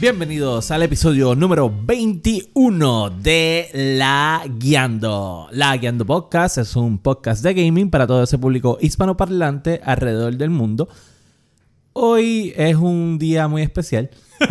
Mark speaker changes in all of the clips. Speaker 1: Bienvenidos al episodio número 21 de La Guiando. La Guiando Podcast es un podcast de gaming para todo ese público hispanoparlante alrededor del mundo. Hoy es un día muy especial.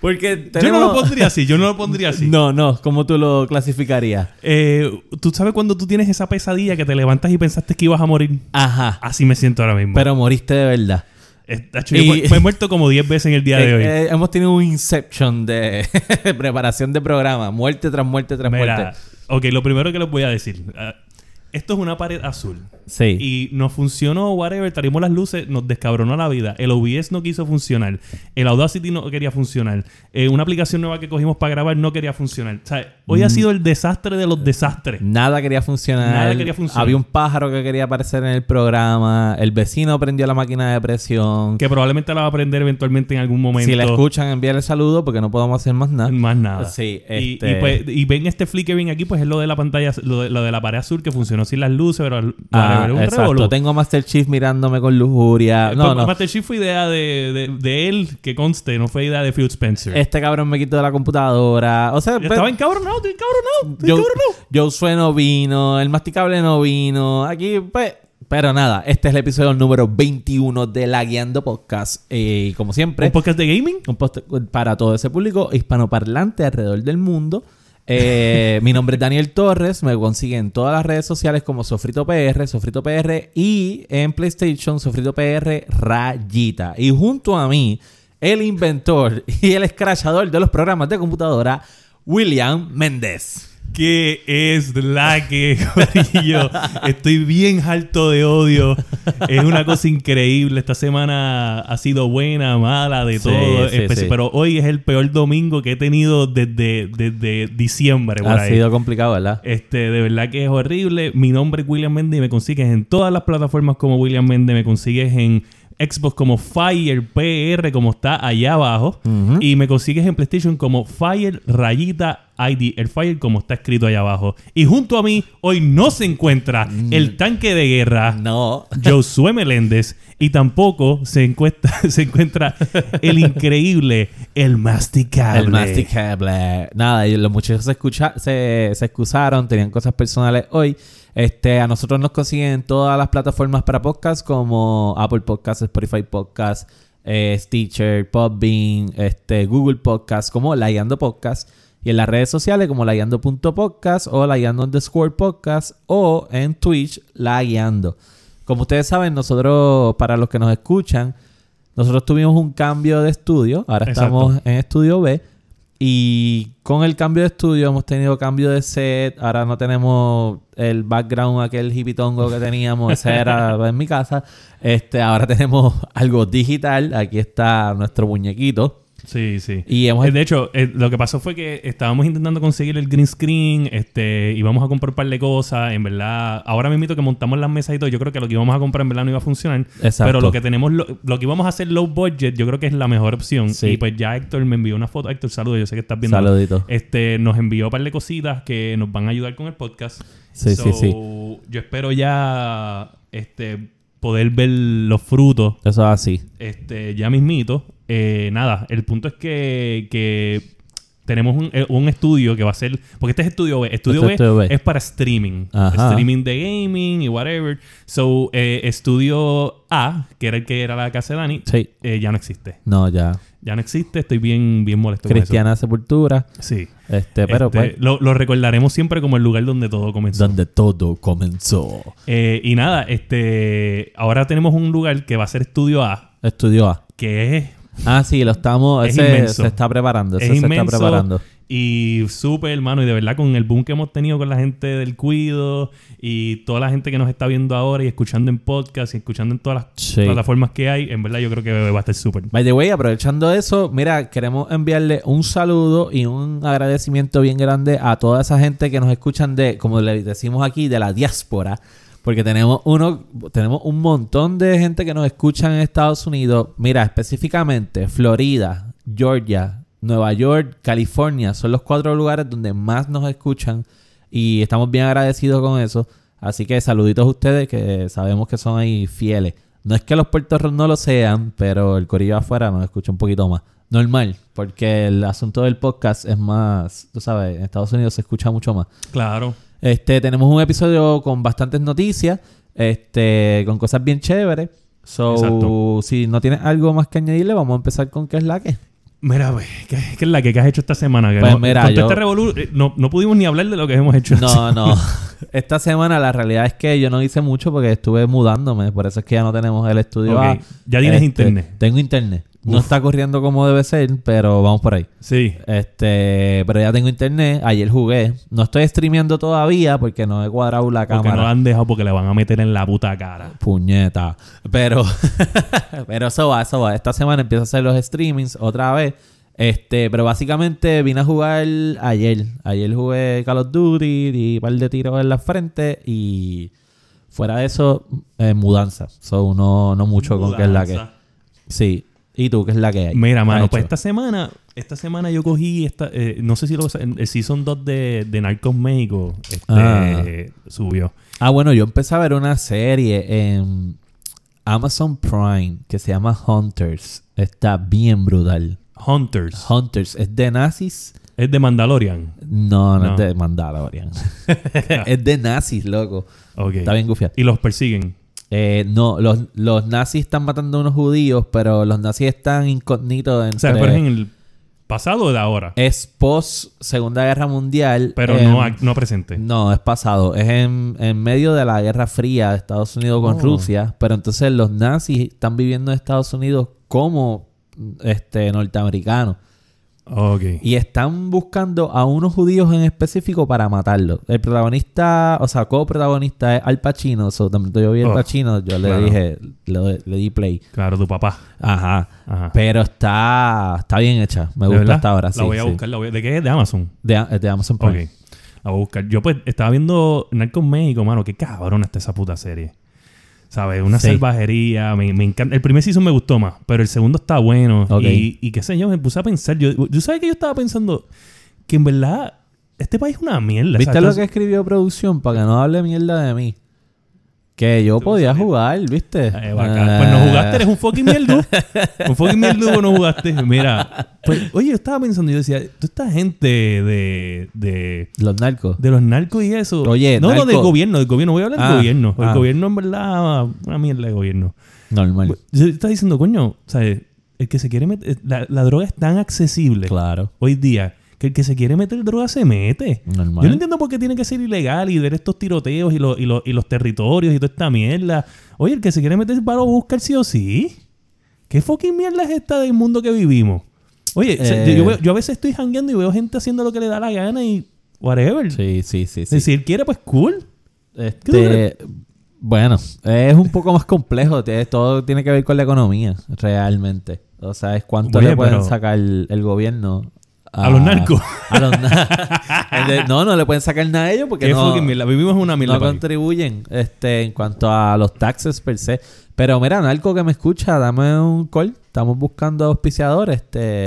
Speaker 1: Porque
Speaker 2: Yo
Speaker 1: tenemos...
Speaker 2: no lo pondría así, yo no lo pondría así.
Speaker 1: No, no, ¿cómo tú lo clasificarías?
Speaker 2: Eh, tú sabes cuando tú tienes esa pesadilla que te levantas y pensaste que ibas a morir.
Speaker 1: Ajá.
Speaker 2: Así me siento ahora mismo.
Speaker 1: Pero moriste de verdad.
Speaker 2: Eh, tacho, yo
Speaker 1: Y-
Speaker 2: mu- me he muerto como 10 veces en el día de hoy.
Speaker 1: Eh, eh, hemos tenido un inception de preparación de programa. Muerte tras muerte tras
Speaker 2: Mira,
Speaker 1: muerte.
Speaker 2: ok, lo primero que les voy a decir. ah, esto es una pared azul.
Speaker 1: Sí.
Speaker 2: Y nos funcionó, whatever, tarimos las luces, nos descabronó la vida. El OBS no quiso funcionar. El Audacity no quería funcionar. eh, una aplicación nueva que cogimos para grabar no quería funcionar. O sea, hoy ha sido el desastre de los desastres.
Speaker 1: Nada quería funcionar.
Speaker 2: Nada quería funcionar.
Speaker 1: Había un pájaro que quería aparecer en el programa. El vecino prendió la máquina de presión.
Speaker 2: Que probablemente la va a aprender eventualmente en algún momento.
Speaker 1: Si la escuchan, envíale saludo porque no podemos hacer más nada.
Speaker 2: Más nada.
Speaker 1: Sí,
Speaker 2: Y-
Speaker 1: este-
Speaker 2: y, pues- y ven este flickering aquí, pues es lo de la pantalla, lo de, lo de la pared azul que funcionó sin las luces, pero al-
Speaker 1: Ah,
Speaker 2: whatever, un
Speaker 1: exacto.
Speaker 2: revolú.
Speaker 1: Tengo a Master Chief mirándome con lujuria.
Speaker 2: Eh,
Speaker 1: No,
Speaker 2: pues,
Speaker 1: no.
Speaker 2: Master Chief fue idea de, de- de él, que conste, no fue idea de Phil Spencer.
Speaker 1: Este cabrón me quitó de la computadora. O sea,
Speaker 2: Yo
Speaker 1: pues,
Speaker 2: estaba encabronado, estoy encabronado, estoy
Speaker 1: Joe,
Speaker 2: encabronado.
Speaker 1: Josué no vino, el masticable no vino. Aquí, pues. Pero nada, este es el episodio número 21 de La Guiando Podcast. Eh, y como siempre.
Speaker 2: ¿Un podcast de gaming?
Speaker 1: un post para todo ese público hispanoparlante alrededor del mundo. Eh, mi nombre es Daniel Torres, me consiguen en todas las redes sociales como Sofrito PR, Sofrito PR y en PlayStation Sofrito PR Rayita. Y junto a mí, el inventor y el escrachador de los programas de computadora, William Méndez.
Speaker 2: ¿Qué es la que, Corillo? Estoy bien alto de odio. Es una cosa increíble. Esta semana ha sido buena, mala, de
Speaker 1: Sí,
Speaker 2: todo.
Speaker 1: sí,
Speaker 2: Espe-
Speaker 1: sí.
Speaker 2: Pero hoy es el peor domingo que he tenido desde, desde diciembre. Por
Speaker 1: Ha
Speaker 2: ahí.
Speaker 1: sido complicado, ¿verdad?
Speaker 2: Este, de verdad que es horrible. Mi nombre es William Mendy. Me consigues en todas las plataformas como William Mendy. Me consigues en Xbox como Fire PR, como está allá abajo. Y me consigues en PlayStation como Fire Rayita ID. El Fire como está escrito allá abajo. Y junto a mí, hoy no se encuentra el tanque de guerra.
Speaker 1: Mm. No.
Speaker 2: Josué Meléndez y tampoco se encuentra, se encuentra el increíble, el masticable.
Speaker 1: El masticable. Nada, y los muchachos se, escucha, se, se excusaron, tenían cosas personales hoy. Este, a nosotros nos consiguen en todas las plataformas para podcast como Apple Podcasts, Spotify Podcasts, eh, Stitcher, Podbean, este, Google Podcasts, como Layando Podcast. Y en las redes sociales como layando.podcast o layando underscore podcast o en Twitch, layando. Como ustedes saben, nosotros, para los que nos escuchan, nosotros tuvimos un cambio de estudio. Ahora
Speaker 2: Exacto.
Speaker 1: estamos en estudio B. Y con el cambio de estudio hemos tenido cambio de set. Ahora no tenemos el background aquel hipitongo que teníamos. Ese era en mi casa. Este, ahora tenemos algo digital. Aquí está nuestro muñequito.
Speaker 2: Sí, sí.
Speaker 1: Y hemos...
Speaker 2: Eh, De hecho, eh, lo que pasó fue que estábamos intentando conseguir el green screen, este, íbamos a comprar un par de cosas, en verdad, ahora mismo que montamos las mesas y todo, yo creo que lo que íbamos a comprar en verdad no iba a funcionar,
Speaker 1: Exacto.
Speaker 2: pero lo que tenemos, lo, lo que íbamos a hacer low budget, yo creo que es la mejor opción.
Speaker 1: Sí.
Speaker 2: Y pues ya Héctor me envió una foto, Héctor, saludos, yo sé que estás viendo.
Speaker 1: Saludito.
Speaker 2: Este, nos envió un par de cositas que nos van a ayudar con el podcast.
Speaker 1: Sí, sí, sí.
Speaker 2: Yo espero ya, este, poder ver los frutos
Speaker 1: Eso es así.
Speaker 2: este, ya mismito. Eh, nada, el punto es que, que tenemos un, eh, un estudio que va a ser. Porque este es estudio B. Estudio,
Speaker 1: Este
Speaker 2: B,
Speaker 1: es Estudio B.
Speaker 2: es para streaming.
Speaker 1: Ajá.
Speaker 2: Streaming de gaming y whatever. So, eh, estudio A, que era el que era la casa de Dani,
Speaker 1: Sí.
Speaker 2: eh, ya no existe.
Speaker 1: No, ya.
Speaker 2: Ya no existe. Estoy bien, bien molesto
Speaker 1: Cristiana Sepultura.
Speaker 2: con eso. Sí.
Speaker 1: Este, pero
Speaker 2: Este,
Speaker 1: pues...
Speaker 2: lo, lo recordaremos siempre como el lugar donde todo comenzó.
Speaker 1: Donde todo comenzó.
Speaker 2: Eh, y nada, este ahora tenemos un lugar que va a ser estudio A,
Speaker 1: Estudio A.
Speaker 2: que es
Speaker 1: Ah, sí, lo estamos.
Speaker 2: Es
Speaker 1: ese
Speaker 2: inmenso.
Speaker 1: se está preparando. Ese
Speaker 2: es
Speaker 1: se está
Speaker 2: inmenso
Speaker 1: preparando.
Speaker 2: y súper, hermano. Y de verdad, con el boom que hemos tenido con la gente del Cuido y toda la gente que nos está viendo ahora y escuchando en podcast y escuchando en todas las
Speaker 1: Sí.
Speaker 2: plataformas que hay, en verdad yo creo que va a estar súper.
Speaker 1: By the way, aprovechando eso, mira, queremos enviarle un saludo y un agradecimiento bien grande a toda esa gente que nos escuchan de, como le decimos aquí, de la diáspora. Porque tenemos uno, tenemos un montón de gente que nos escucha en Estados Unidos. Mira, específicamente Florida, Georgia, Nueva York, California, son los cuatro lugares donde más nos escuchan. Y estamos bien agradecidos con eso. Así que saluditos a ustedes que sabemos que son ahí fieles. No es que los puertorros no lo sean, pero el corillo afuera nos escucha un poquito más. Normal, porque el asunto del podcast es más, tú sabes, en Estados Unidos se escucha mucho más.
Speaker 2: Claro.
Speaker 1: Este, tenemos un episodio con bastantes noticias, este, con cosas bien chéveres. So,
Speaker 2: Exacto.
Speaker 1: si no tienes algo más que añadirle, vamos a empezar con qué es la que.
Speaker 2: Mira, güey, ¿qué, qué es la que, que has hecho esta semana? Que
Speaker 1: Pues
Speaker 2: no,
Speaker 1: mira,
Speaker 2: con todo
Speaker 1: yo-
Speaker 2: este revolú- eh, no, no pudimos ni hablar de lo que hemos hecho.
Speaker 1: No, no. Esta semana la realidad es que yo no hice mucho porque estuve mudándome. Por eso es que ya no tenemos el estudio.
Speaker 2: Ok,
Speaker 1: A. Este,
Speaker 2: ya tienes internet.
Speaker 1: Tengo internet. No
Speaker 2: Uf.
Speaker 1: está corriendo como debe ser, pero vamos por ahí.
Speaker 2: Sí.
Speaker 1: Este, pero ya tengo internet. Ayer jugué. No estoy streameando todavía porque no he cuadrado la
Speaker 2: Porque no
Speaker 1: cámara.
Speaker 2: la han dejado porque le van a meter en la puta cara.
Speaker 1: Puñeta. Pero, pero eso va, eso va. Esta semana empiezo a hacer los streamings otra vez. Este, pero básicamente vine a jugar ayer. Ayer jugué Call of Duty, di un par de tiros en la frente y fuera de eso, eh, mudanza. So, no, no mucho con qué es la que.
Speaker 2: Mudanza.
Speaker 1: Sí. ¿Y tú qué es la que hay?
Speaker 2: Mira,
Speaker 1: ¿Qué has
Speaker 2: mano, pues
Speaker 1: hecho?
Speaker 2: esta semana, esta semana yo cogí esta, eh, no sé si lo el el season 2 de, de Narcos México este,
Speaker 1: Ah.
Speaker 2: subió.
Speaker 1: Ah, bueno, yo empecé a ver una serie en Amazon Prime que se llama Hunters. Está bien brutal.
Speaker 2: Hunters.
Speaker 1: Hunters es de nazis.
Speaker 2: Es de Mandalorian.
Speaker 1: No, no,
Speaker 2: No.
Speaker 1: es de Mandalorian. es de nazis, loco.
Speaker 2: Ok.
Speaker 1: Está bien gufiado.
Speaker 2: Y los persiguen.
Speaker 1: Eh, no, los, los nazis están matando a unos judíos, pero los nazis están incógnitos entre...
Speaker 2: O sea, pero es en el pasado o de ahora.
Speaker 1: Es post Segunda Guerra Mundial.
Speaker 2: Pero
Speaker 1: em,
Speaker 2: no, ac- no presente.
Speaker 1: No, es pasado. Es en, en medio de la Guerra Fría de Estados Unidos con
Speaker 2: Oh.
Speaker 1: Rusia. Pero entonces los nazis están viviendo en Estados Unidos como este, norteamericanos.
Speaker 2: Ok.
Speaker 1: Y están buscando a unos judíos en específico para matarlos. El protagonista, o sea, coprotagonista es Al Pacino. So, también yo vi Al
Speaker 2: Oh,
Speaker 1: Pacino, yo le
Speaker 2: claro.
Speaker 1: dije, le, le di play.
Speaker 2: Claro, tu papá.
Speaker 1: Ajá.
Speaker 2: Ajá.
Speaker 1: Pero está, está bien hecha. Me
Speaker 2: ¿De
Speaker 1: gusta
Speaker 2: verdad?
Speaker 1: hasta ahora.
Speaker 2: La
Speaker 1: sí,
Speaker 2: voy a
Speaker 1: sí.
Speaker 2: buscar. la voy a- ¿De qué es? De Amazon.
Speaker 1: De, a- de Amazon Prime.
Speaker 2: Ok. La voy a buscar. Yo pues estaba viendo Narcos México, mano. Qué cabrón está esa puta serie. ¿Sabes? Una
Speaker 1: Sí.
Speaker 2: salvajería. Me, me encanta. El primer season me gustó más, pero el segundo está bueno.
Speaker 1: Ok.
Speaker 2: Y, y qué sé yo, me puse a pensar. Yo, ¿Tú sabes que yo estaba pensando? Que en verdad, este país es una mierda.
Speaker 1: ¿Viste
Speaker 2: ¿sabes?
Speaker 1: lo que escribió producción? Para que no hable mierda de mí. Que yo
Speaker 2: Te voy a
Speaker 1: podía
Speaker 2: salir.
Speaker 1: jugar, ¿viste?
Speaker 2: Eh,
Speaker 1: Ah.
Speaker 2: bacán. Pues no jugaste, eres un fucking mierdo. un fucking mierdo no jugaste. Mira, pues, oye, yo estaba pensando, yo decía, toda esta gente de, de,
Speaker 1: Los narcos.
Speaker 2: de los narcos y eso.
Speaker 1: Oye,
Speaker 2: no, no, del
Speaker 1: narco.
Speaker 2: gobierno, del gobierno, voy a hablar
Speaker 1: Ah,
Speaker 2: del gobierno. El
Speaker 1: ah.
Speaker 2: gobierno en verdad, una mierda de gobierno.
Speaker 1: Normal.
Speaker 2: Yo estaba diciendo, coño, ¿sabes? El que se quiere meter, eh, la, la droga es tan accesible
Speaker 1: Claro.
Speaker 2: hoy día que el que se quiere meter droga se mete.
Speaker 1: Normal.
Speaker 2: Yo no entiendo por qué tiene que ser ilegal y ver estos tiroteos y, lo- y, lo- y los territorios y toda esta mierda. Oye, el que se quiere meter para buscar sí o sí. ¿Qué fucking mierda es esta del mundo que vivimos? Oye, o sea,
Speaker 1: Eh.
Speaker 2: yo, veo- yo a veces estoy jangueando y veo gente haciendo lo que le da la gana y whatever.
Speaker 1: Sí, sí, sí. sí.
Speaker 2: Si él quiere, pues cool.
Speaker 1: Este, bueno, es un poco más complejo. Tiene- Todo tiene que ver con la economía, realmente. O sea, es cuánto
Speaker 2: Oye,
Speaker 1: le pueden
Speaker 2: pero-
Speaker 1: sacar el, el gobierno
Speaker 2: A los narcos.
Speaker 1: a los na- de- no, no le pueden sacar nada a ellos porque
Speaker 2: ¿Qué
Speaker 1: no,
Speaker 2: fucking mierda? Vivimos en una mierda.
Speaker 1: no
Speaker 2: país.
Speaker 1: contribuyen este, en cuanto a los taxes per se. Pero mira, narco que me escucha, dame un call. Estamos buscando auspiciadores. Este,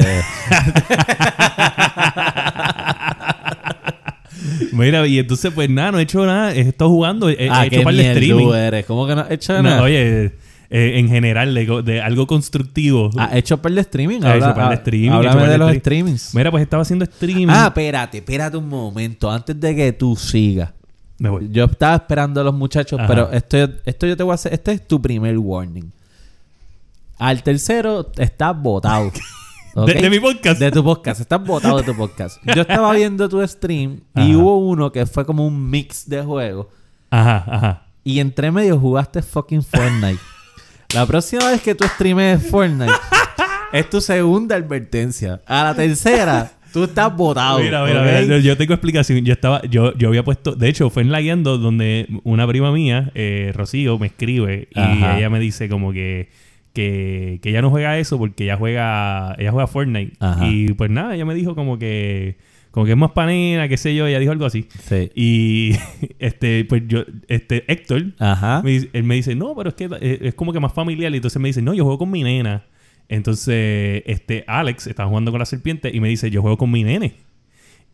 Speaker 2: Mira, y entonces, pues nada, no he hecho nada. He estado jugando, he, he
Speaker 1: Ah,
Speaker 2: hecho
Speaker 1: qué
Speaker 2: para el
Speaker 1: mierda
Speaker 2: streaming.
Speaker 1: eres. ¿Cómo que no has hecho
Speaker 2: No,
Speaker 1: nada?
Speaker 2: oye, eh, en general, de, co- de algo constructivo.
Speaker 1: Ha hecho par de streaming.
Speaker 2: Ha Ah, hecho
Speaker 1: Ah, Habla-
Speaker 2: par de
Speaker 1: ha-
Speaker 2: streaming, ha hecho
Speaker 1: Háblame
Speaker 2: par
Speaker 1: de
Speaker 2: de
Speaker 1: los
Speaker 2: streaming.
Speaker 1: streamings.
Speaker 2: Mira, pues estaba haciendo streaming.
Speaker 1: Ah, espérate, espérate un momento. Antes de que tú sigas.
Speaker 2: Me voy.
Speaker 1: Yo estaba esperando a los muchachos,
Speaker 2: Pues- Ajá.
Speaker 1: pero esto, esto yo te voy a hacer. Este es tu primer warning. Al tercero estás botado. ¿ok?
Speaker 2: De, de mi podcast.
Speaker 1: De tu podcast, estás botado de tu podcast. Yo estaba viendo tu stream y
Speaker 2: Ajá.
Speaker 1: hubo uno que fue como un mix de juegos.
Speaker 2: Ajá, ajá.
Speaker 1: Y entre medio jugaste fucking Fortnite. La próxima vez que tú streames Fortnite, es tu segunda advertencia. A la tercera, tú estás botado.
Speaker 2: Mira, mira,
Speaker 1: ¿ok?
Speaker 2: mira, yo- yo tengo explicación. Yo estaba, yo, yo había puesto, de hecho, fue en la guiando donde una prima mía, eh, Rocío, me escribe y
Speaker 1: Ajá.
Speaker 2: ella me dice como que, que, que ella no juega eso porque ella juega, ella juega Fortnite.
Speaker 1: Ajá.
Speaker 2: Y pues nada, ella me dijo como que, como que es más panera, qué sé yo, ella dijo algo así.
Speaker 1: Sí.
Speaker 2: Y este, pues yo, este, Héctor,
Speaker 1: Ajá.
Speaker 2: me dice- él me dice, no, pero es que eh, es como que más familiar. Y entonces me dice, no, yo juego con mi nena. Entonces, este, Alex está jugando con la serpiente y me dice, yo juego con mi nene.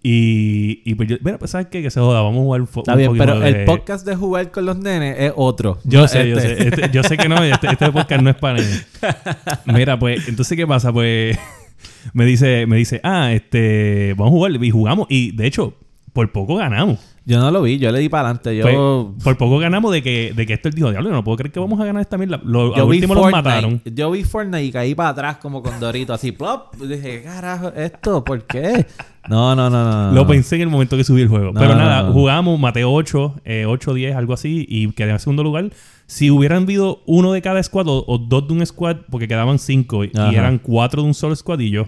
Speaker 2: Y, y pues yo, bueno, pues sabes qué, que se joda, vamos a jugar fo-
Speaker 1: Está
Speaker 2: un
Speaker 1: bien, pero
Speaker 2: Pokémon
Speaker 1: el
Speaker 2: de-
Speaker 1: podcast de jugar con los nenes es otro.
Speaker 2: Yo
Speaker 1: No
Speaker 2: sé, yo
Speaker 1: este.
Speaker 2: sé, Este- yo sé que no, este, este podcast no es para mí. Mira, pues, entonces, ¿qué pasa? Pues me dice, me dice, ah, este, vamos a jugar y jugamos. Y de hecho, por poco ganamos.
Speaker 1: Yo no lo vi, yo le di para adelante. Yo,
Speaker 2: Pues, por poco ganamos de que, de que esto dijo, diablo, no puedo creer que vamos a ganar esta mierda. Lo, al
Speaker 1: yo vi
Speaker 2: último los
Speaker 1: Fortnite.
Speaker 2: mataron.
Speaker 1: Yo vi Fortnite y caí para atrás como con Dorito, así plop. Y dije, carajo, esto, ¿por qué? No, no, no, no. no.
Speaker 2: Lo pensé en el momento que subí el juego.
Speaker 1: Ah. No,
Speaker 2: Pero
Speaker 1: no,
Speaker 2: nada,
Speaker 1: no, no.
Speaker 2: jugamos, maté 8, eh, 8, 10, algo así, y quedé en segundo lugar. Si hubieran habido uno de cada squad o, o dos de un squad, porque quedaban cinco y, y
Speaker 1: Ajá.
Speaker 2: eran cuatro de un solo squad y yo.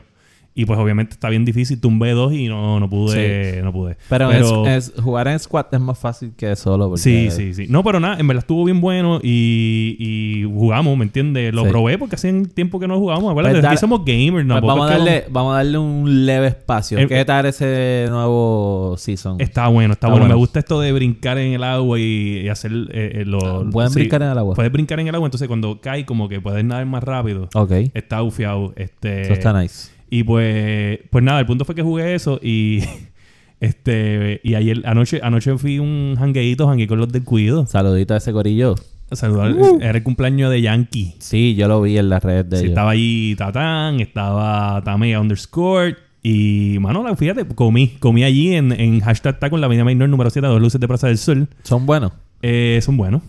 Speaker 2: Y pues obviamente está bien difícil, tumbé dos y no, no pude, no pude.
Speaker 1: Pero, es- es- jugar en squad es más fácil que solo. Porque
Speaker 2: Sí, sí, sí. No, pero nada, en verdad estuvo bien bueno y, y jugamos, ¿me entiendes? Lo
Speaker 1: Sí.
Speaker 2: probé porque hacía tiempo que no jugábamos. Acuérdate,
Speaker 1: Pues
Speaker 2: aquí
Speaker 1: dale.
Speaker 2: somos gamers, ¿no?
Speaker 1: Pues vamos, a darle, vamos a darle un leve espacio.
Speaker 2: El-
Speaker 1: ¿Qué tal ese nuevo season?
Speaker 2: Está bueno,
Speaker 1: Está
Speaker 2: está, bueno.
Speaker 1: bueno.
Speaker 2: Me gusta esto de brincar en el agua y, y hacer eh, eh, lo-
Speaker 1: Ah, Pueden
Speaker 2: sí,
Speaker 1: brincar en el agua.
Speaker 2: Puedes brincar en el agua, entonces cuando cae como que puedes nadar más rápido.
Speaker 1: Ok.
Speaker 2: Está ufiado. Este,
Speaker 1: Eso está nice.
Speaker 2: Y pues, pues nada, el punto fue que jugué eso y este y ayer anoche anoche fui un jangueíto, jangué con los del cuido.
Speaker 1: Saludito a ese corillo.
Speaker 2: Saludar,
Speaker 1: Uh.
Speaker 2: era el cumpleaños de Yankee.
Speaker 1: Sí, yo lo vi en las redes de
Speaker 2: Sí,
Speaker 1: ellos.
Speaker 2: estaba ahí Tatán, estaba Tamea underscore. Y, mano, la- fíjate, comí. Comí allí en, en hashtag taco en la avenida Maynor número 7, a dos luces de Plaza del Sol.
Speaker 1: Son buenos.
Speaker 2: Eh, son buenos.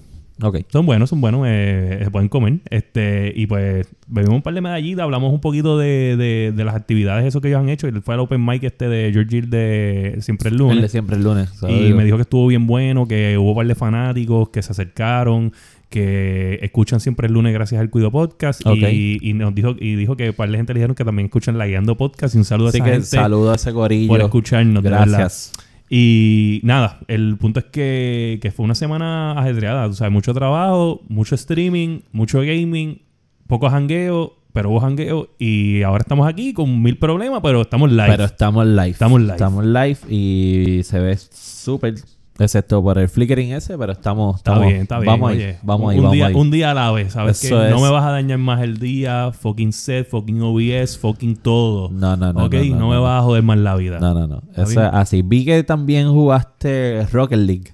Speaker 1: Ok.
Speaker 2: Son buenos, son buenos. eh, se pueden comer. Este, y pues bebimos un par de medallitas, hablamos un poquito de, de, de las actividades eso que ellos han hecho. Y fue el open mic este de George Hill de Siempre el
Speaker 1: El de
Speaker 2: lunes.
Speaker 1: siempre el lunes. se lo
Speaker 2: Y
Speaker 1: digo.
Speaker 2: me dijo que estuvo bien bueno, que hubo un par de fanáticos que se acercaron, que escuchan siempre el lunes gracias al Cuido Podcast.
Speaker 1: Ok.
Speaker 2: Y, y nos dijo, y dijo que un par de gente le dijeron que también escuchan la guiando podcast. Y un saludo
Speaker 1: Así
Speaker 2: a esa
Speaker 1: que
Speaker 2: gente
Speaker 1: saludo a ese corillo.
Speaker 2: por escucharnos. de verdad.
Speaker 1: Gracias.
Speaker 2: Y nada, el punto es que, que fue una semana ajedreada. O sea, mucho trabajo, mucho streaming, mucho gaming, poco jangueo, pero hubo jangueo. Y ahora estamos aquí con mil problemas, pero estamos live.
Speaker 1: Pero estamos live.
Speaker 2: Estamos live.
Speaker 1: Estamos live y se ve súper. Excepto por el flickering ese, pero estamos.
Speaker 2: Está
Speaker 1: estamos-
Speaker 2: bien, está bien.
Speaker 1: Vamos ahí.
Speaker 2: oye.
Speaker 1: vamos
Speaker 2: un,
Speaker 1: ahí,
Speaker 2: un
Speaker 1: vamos
Speaker 2: día,
Speaker 1: ahí.
Speaker 2: un día a la vez, ¿sabes?
Speaker 1: Eso
Speaker 2: que no
Speaker 1: es.
Speaker 2: me vas a dañar más el día, fucking set, fucking OBS, fucking todo.
Speaker 1: No, no, no.
Speaker 2: ok,
Speaker 1: no,
Speaker 2: no, me
Speaker 1: no.
Speaker 2: vas a joder más la vida.
Speaker 1: No, no, no.
Speaker 2: Está
Speaker 1: Eso es
Speaker 2: bien.
Speaker 1: así. Vi que también jugaste Rocket League.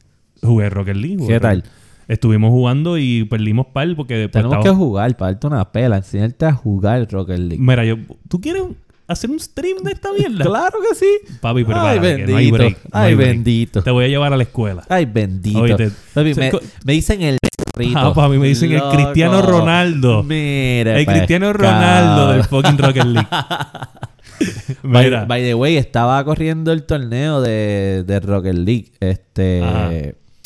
Speaker 2: Pues Jugué Rocket League. jugué
Speaker 1: ¿Qué
Speaker 2: Rocket
Speaker 1: tal?
Speaker 2: League. Estuvimos jugando y perdimos par porque después
Speaker 1: Tenemos que
Speaker 2: estaba-
Speaker 1: jugar para darte una pela, enseñarte a jugar Rocket League.
Speaker 2: Mira, yo... ¿Tú quieres hacer un stream de esta mierda?
Speaker 1: Claro que sí.
Speaker 2: Papi, pero
Speaker 1: Ay, bendito.
Speaker 2: no hay break. no
Speaker 1: Ay,
Speaker 2: hay break.
Speaker 1: bendito.
Speaker 2: Te voy a llevar a la escuela.
Speaker 1: Ay, bendito.
Speaker 2: Oíste.
Speaker 1: Papi,
Speaker 2: Se-
Speaker 1: me,
Speaker 2: co-
Speaker 1: me dicen el perrito.
Speaker 2: Ah, papi, me dicen el
Speaker 1: Loco.
Speaker 2: Cristiano Ronaldo.
Speaker 1: Mira.
Speaker 2: El
Speaker 1: pues,
Speaker 2: Cristiano Ronaldo del fucking Rocket League.
Speaker 1: By,
Speaker 2: Mira.
Speaker 1: by the way, estaba corriendo el torneo de, de Rocket League. Este
Speaker 2: Ajá.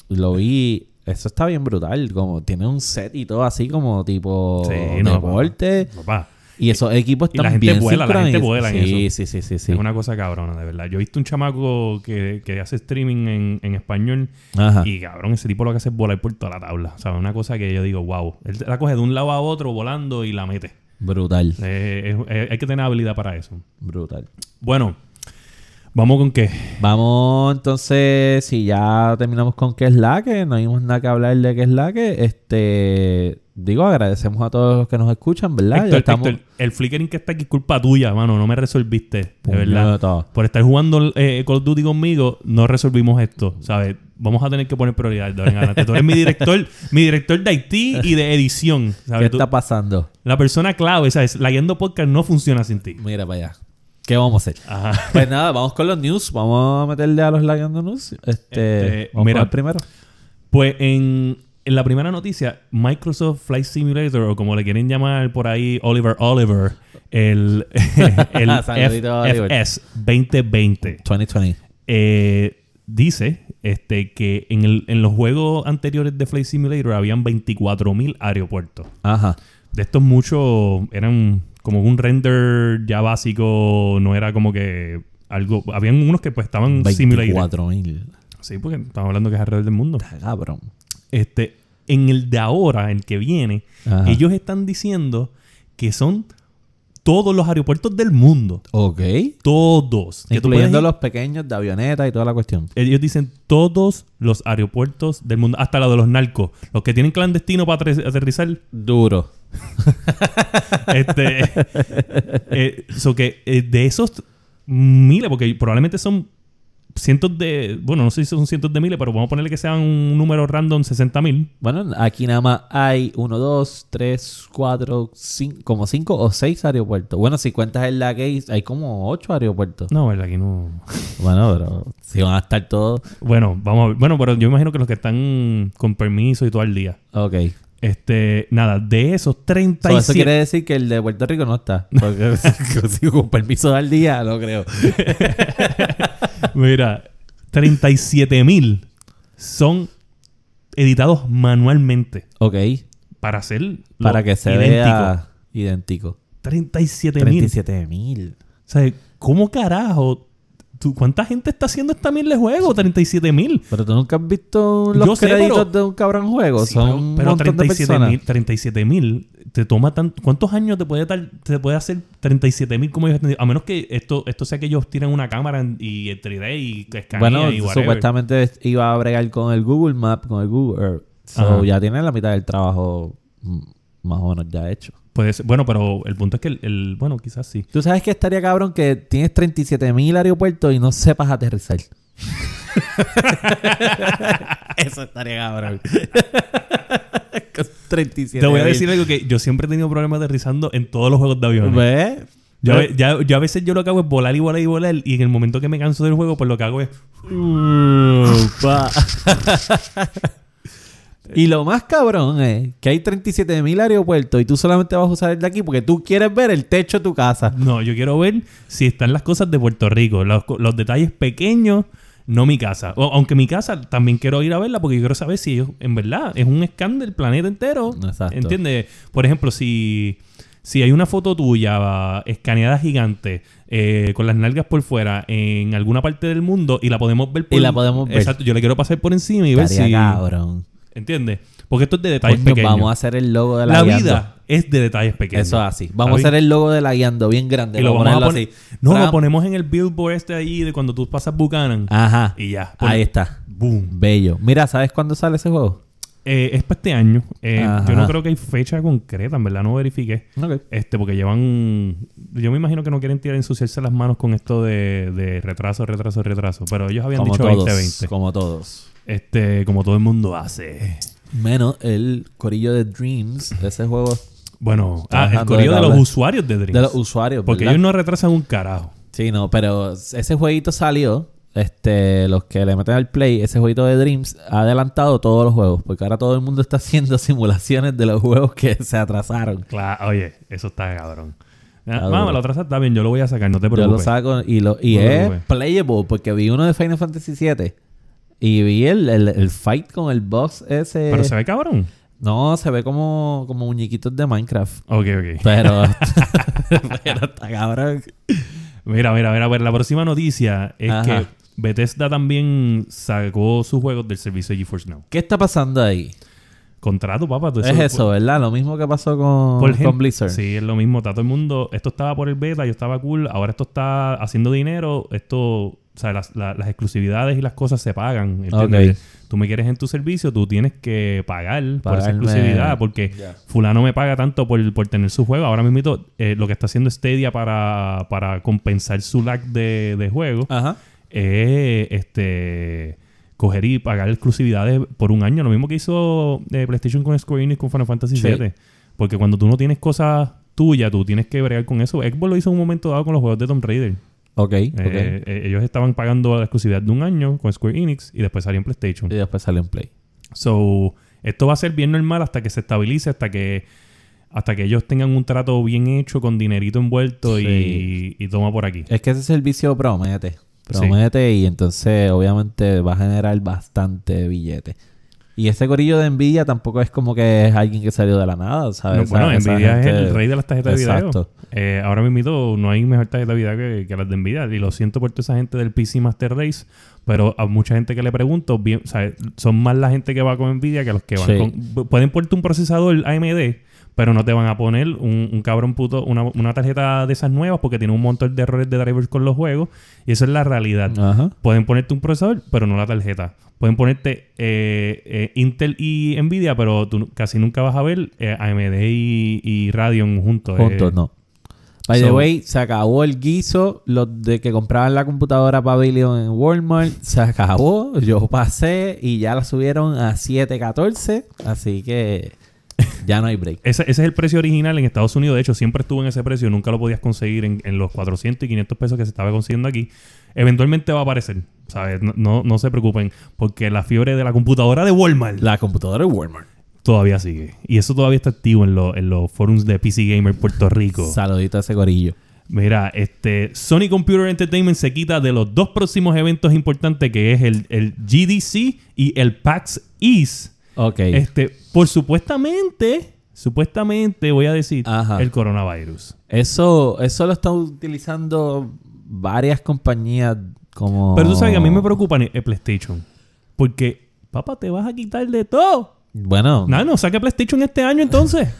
Speaker 1: lo vi. Eso está bien brutal. Como tiene un set y todo así, como tipo
Speaker 2: Sí, no,
Speaker 1: deporte.
Speaker 2: Papá.
Speaker 1: Y esos equipos
Speaker 2: Y la
Speaker 1: están
Speaker 2: gente
Speaker 1: bien
Speaker 2: vuela, la gente
Speaker 1: sincronizados.
Speaker 2: vuela en
Speaker 1: sí,
Speaker 2: eso.
Speaker 1: sí, sí, sí, sí.
Speaker 2: Es una cosa cabrona, de verdad. Yo he visto un chamaco que, que hace streaming en, en español
Speaker 1: Ajá.
Speaker 2: y cabrón, ese tipo lo que hace es volar por toda la tabla. O sea, una cosa que yo digo, wow. Él la coge de un lado a otro volando y la mete.
Speaker 1: Brutal,
Speaker 2: Eh, es- eh, hay que tener habilidad para eso.
Speaker 1: brutal.
Speaker 2: Bueno, vamos con qué.
Speaker 1: Vamos entonces, si ya terminamos con qué es la que, no hay más nada que hablar de qué es la que, este, digo, agradecemos a todos los que nos escuchan, ¿verdad?
Speaker 2: Héctor,
Speaker 1: ya estamos...
Speaker 2: Héctor, el flickering que está aquí es culpa tuya, mano. No me resolviste, de verdad.
Speaker 1: Puñeta.
Speaker 2: Por estar jugando eh, Call of Duty conmigo, no resolvimos esto, ¿sabes? Vamos a tener que poner prioridad de ahora en adelante. Tú eres mi director, mi director de Haití y de edición,
Speaker 1: ¿Qué
Speaker 2: ¿sabes? Tú-
Speaker 1: está pasando?
Speaker 2: La persona clave, ¿sabes? La guiando podcast no funciona sin ti.
Speaker 1: Mira para allá. ¿Qué vamos a hacer?
Speaker 2: Ajá.
Speaker 1: Pues nada, vamos con los news. Vamos a meterle a los lagando news. Este,
Speaker 2: Este,
Speaker 1: vamos
Speaker 2: mira.
Speaker 1: con el primero.
Speaker 2: Pues en, en la primera noticia, Microsoft Flight Simulator, o como le quieren llamar por ahí, Oliver Oliver, el, el
Speaker 1: Saludito, Oliver.
Speaker 2: FS 2020.
Speaker 1: 2020.
Speaker 2: eh, dice este, que en, el- en los juegos anteriores de Flight Simulator habían 24.000 aeropuertos.
Speaker 1: Ajá.
Speaker 2: De estos muchos eran como un render ya básico, no era como que algo... Habían unos que pues estaban simulated.
Speaker 1: 24 mil.
Speaker 2: Sí, porque estamos hablando que es alrededor del mundo.
Speaker 1: Está cabrón.
Speaker 2: Este, en el de ahora, el que viene,
Speaker 1: Ajá.
Speaker 2: ellos están diciendo que son todos los aeropuertos del mundo.
Speaker 1: Ok.
Speaker 2: Todos. Que tú puedes
Speaker 1: Incluyendo
Speaker 2: ir-
Speaker 1: los pequeños de avioneta y toda la cuestión.
Speaker 2: Ellos dicen todos los aeropuertos del mundo, hasta la de los narcos, los que tienen clandestino para aterri- aterrizar.
Speaker 1: Duro.
Speaker 2: este, eh, so que eh, de esos miles, porque probablemente son cientos de, bueno, no sé si son cientos de miles, pero vamos a ponerle que sean un número random 60 mil.
Speaker 1: Bueno, aquí nada más hay 1, 2, 3, 4, 5, como 5 o 6 aeropuertos. Bueno, si cuentas en la gay, hay como 8 aeropuertos.
Speaker 2: No, verdad que no.
Speaker 1: Bueno, pero si van a estar todos.
Speaker 2: Bueno, vamos a ver. Bueno, pero yo imagino que los que están con permiso y todo al día.
Speaker 1: Ok.
Speaker 2: Este, nada, de esos
Speaker 1: So,
Speaker 2: 37.
Speaker 1: eso quiere decir que el de Puerto Rico no está. Porque si con permiso al día, no creo.
Speaker 2: Mira, 37 mil son editados manualmente
Speaker 1: Ok.
Speaker 2: para hacer lo
Speaker 1: Para que se
Speaker 2: idéntico.
Speaker 1: vea idéntico.
Speaker 2: 37 mil.
Speaker 1: 37 mil.
Speaker 2: O sea, ¿cómo carajo? ¿Tú- ¿Cuánta gente está haciendo esta mierda de juego? 37 mil.
Speaker 1: Pero tú nunca has visto
Speaker 2: Yo
Speaker 1: los
Speaker 2: sé,
Speaker 1: créditos
Speaker 2: pero-
Speaker 1: de un cabrón juego. Son un
Speaker 2: pero
Speaker 1: montón de
Speaker 2: 37
Speaker 1: personas.
Speaker 2: mil, 37 mil, te toma tanto. ¿Cuántos años te puede dar, te puede hacer 37 mil como ellos están- A menos que esto, esto sea que ellos tiran una cámara en- y el 3D y que escanean
Speaker 1: Bueno,
Speaker 2: y whatever.
Speaker 1: supuestamente iba a bregar con el Google Map, con el Google Earth. So,
Speaker 2: Ajá.
Speaker 1: ya tiene la mitad del trabajo mm, más o menos ya hecho.
Speaker 2: Puede ser- bueno, pero el punto es que el, el- bueno, quizás sí.
Speaker 1: Tú sabes que estaría cabrón que tienes 37 mil aeropuertos y no sepas aterrizar. Eso estaría cabrón. Con 37
Speaker 2: Te voy a decir algo que yo siempre he tenido problemas aterrizando en todos los juegos de aviones.
Speaker 1: ¿Ves? Pues,
Speaker 2: Yo, a ve- ya- yo a veces yo lo que hago es volar y volar y volar y en el momento que me canso del juego, pues lo que hago es...
Speaker 1: Pa. y lo más cabrón es que hay 37 mil aeropuertos y tú solamente vas a usar el de aquí porque tú quieres ver el techo de tu casa.
Speaker 2: No, yo quiero ver si están las cosas de Puerto Rico, los, co- los detalles pequeños, no mi casa. O- aunque mi casa también quiero ir a verla porque yo quiero saber si ellos, en verdad, es un scan del planeta entero.
Speaker 1: Exacto.
Speaker 2: ¿Entiendes? Por ejemplo, si, si hay una foto tuya escaneada gigante eh, con las nalgas por fuera en alguna parte del mundo y la podemos ver por
Speaker 1: Y la podemos ver.
Speaker 2: Exacto, yo le quiero pasar por encima y ver
Speaker 1: Estaría
Speaker 2: si.
Speaker 1: cabrón.
Speaker 2: ¿Entiendes? Porque esto es de detalles
Speaker 1: Coño,
Speaker 2: pequeños.
Speaker 1: Pues vamos a hacer el logo de la,
Speaker 2: la
Speaker 1: guiando.
Speaker 2: vida es de detalles pequeños.
Speaker 1: Eso es así. Vamos a
Speaker 2: ¿Está
Speaker 1: hacer el logo de la guiando bien grande.
Speaker 2: y lo
Speaker 1: Vamos
Speaker 2: vamos a
Speaker 1: ponerlo
Speaker 2: poner.
Speaker 1: así.
Speaker 2: No, lo
Speaker 1: Tram.
Speaker 2: ponemos en el billboard este ahí de cuando tú pasas Buchanan.
Speaker 1: Ajá.
Speaker 2: Y ya. Pon-
Speaker 1: Ah, Ahí está.
Speaker 2: Boom.
Speaker 1: Bello. Mira, ¿sabes cuándo sale ese juego?
Speaker 2: Eh, es para este año. Eh,
Speaker 1: Ajá.
Speaker 2: yo no creo que hay fecha concreta, en verdad, no verifiqué.
Speaker 1: Ok.
Speaker 2: Este, porque llevan. Yo me imagino que no quieren tirar ensuciarse las manos con esto de, de retraso, retraso, retraso. Pero ellos habían
Speaker 1: Como
Speaker 2: dicho
Speaker 1: todos.
Speaker 2: 2020.
Speaker 1: Como todos.
Speaker 2: Este, como todo el mundo hace.
Speaker 1: Menos el corillo de Dreams de ese juego
Speaker 2: Bueno, ah, el
Speaker 1: Trabajando
Speaker 2: correo
Speaker 1: de
Speaker 2: de los
Speaker 1: tabla.
Speaker 2: usuarios de Dreams.
Speaker 1: de los usuarios.
Speaker 2: porque
Speaker 1: ¿verdad?
Speaker 2: ellos no retrasan un carajo.
Speaker 1: Sí, no, pero ese jueguito salió. Este, los que le meten al play, ese jueguito de Dreams ha adelantado todos los juegos. Porque ahora todo el mundo está haciendo simulaciones de los juegos que se atrasaron.
Speaker 2: Claro, oye, eso está cabrón. Ah,
Speaker 1: Está
Speaker 2: Mamá,
Speaker 1: duro.
Speaker 2: la otra está bien, yo lo voy a sacar, no te
Speaker 1: Yo
Speaker 2: preocupes.
Speaker 1: lo saco y, lo, y
Speaker 2: No te
Speaker 1: es
Speaker 2: preocupes.
Speaker 1: playable porque vi uno de Final Fantasy VII y vi el, el- el fight con el boss ese.
Speaker 2: Pero se ve cabrón.
Speaker 1: No, se ve como, como muñequitos de Minecraft.
Speaker 2: Ok, ok.
Speaker 1: Pero, pero está cabrón.
Speaker 2: Mira, mira, mira, ver, la próxima noticia es
Speaker 1: Ajá.
Speaker 2: que Bethesda también sacó sus juegos del servicio de GeForce Now.
Speaker 1: ¿Qué está pasando ahí?
Speaker 2: Contrato, papá. tú
Speaker 1: es eso, ¿verdad? Lo mismo que pasó con,
Speaker 2: Pues por ejemplo,
Speaker 1: con Blizzard.
Speaker 2: Sí, es lo mismo. Está todo el mundo. Esto estaba por el beta, yo estaba cool. Ahora esto está haciendo dinero. Esto, o sea, las, la- las exclusividades y las cosas se pagan. ¿entiendes? Tú me quieres en tu servicio, tú tienes que pagar por esa
Speaker 1: Pagarme.
Speaker 2: exclusividad. Porque fulano me paga tanto por, por tener su juego. Ahora mismo lo que está haciendo Stadia para, para compensar su lag de, de juego
Speaker 1: Ajá.
Speaker 2: es este coger y pagar exclusividades por un año. Lo mismo que hizo eh, PlayStation con Square Enix con Final Fantasy
Speaker 1: Sí.
Speaker 2: VII. Porque cuando tú no tienes cosas tuyas, tú tienes que bregar con eso. Xbox lo hizo en un momento dado con los juegos de Tomb Raider.
Speaker 1: Ok, ok.
Speaker 2: Eh, eh, ellos estaban pagando la exclusividad de un año con Square Enix y después salió en PlayStation.
Speaker 1: Y después salió en Play.
Speaker 2: So, esto va a ser bien normal hasta que se estabilice, hasta que hasta que ellos tengan un trato bien hecho con dinerito envuelto
Speaker 1: Sí.
Speaker 2: y, y toma por aquí.
Speaker 1: Es que ese servicio promete. Promete y entonces obviamente va a generar bastante billete. Y ese corillo de Nvidia tampoco es como que es alguien que salió de la nada, ¿sabes?
Speaker 2: No,
Speaker 1: Esa-
Speaker 2: bueno,
Speaker 1: esa
Speaker 2: Nvidia
Speaker 1: gente-
Speaker 2: es el rey de las tarjetas
Speaker 1: Exacto.
Speaker 2: de video. Eh, ahora mismo no hay mejor tarjeta de video que, que las de Nvidia. Y lo siento por toda esa gente del PC Master Race, pero a mucha gente que le pregunto, bien, o sea, son más la gente que va con Nvidia que los que van
Speaker 1: Sí.
Speaker 2: con... p- Pueden ponerte un procesador AMD, pero no te van a poner un, un cabrón puto, una, una tarjeta de esas nuevas porque tiene un montón de errores de drivers con los juegos. Y eso es la realidad.
Speaker 1: Ajá.
Speaker 2: Pueden ponerte un procesador, pero no la tarjeta. Pueden ponerte eh, eh, Intel y Nvidia, pero tú nu- casi nunca vas a ver eh, AMD y, y Radeon juntos. eh.
Speaker 1: Juntos, no. By the
Speaker 2: So-
Speaker 1: way, se acabó el guiso, los de que compraban la computadora Pavilion en Walmart, se acabó, yo pasé y ya la subieron a 7.14, así que ya no hay break.
Speaker 2: Ese, ese es el precio original en Estados Unidos. De hecho, siempre estuvo en ese precio. Nunca lo podías conseguir en, en los 400 y 500 pesos que se estaba consiguiendo aquí. Eventualmente va a aparecer. ¿sabes? No, no, no se preocupen. Porque la fiebre de la computadora de Walmart
Speaker 1: La computadora de Walmart.
Speaker 2: todavía sigue. Y eso todavía está activo en, lo- en los forums de PC Gamer Puerto Rico.
Speaker 1: Saludito a ese gorillo.
Speaker 2: Mira, este Sony Computer Entertainment se quita de los dos próximos eventos importantes que es el, el GDC y el PAX East.
Speaker 1: Ok.
Speaker 2: Este, por supuestamente, supuestamente voy a decir
Speaker 1: Ajá.
Speaker 2: el coronavirus.
Speaker 1: Eso, eso lo están utilizando varias compañías como...
Speaker 2: Pero tú sabes que a mí me preocupa el PlayStation. Porque, papá, te vas a quitar de todo.
Speaker 1: Bueno,
Speaker 2: Nada, no saque PlayStation este año entonces.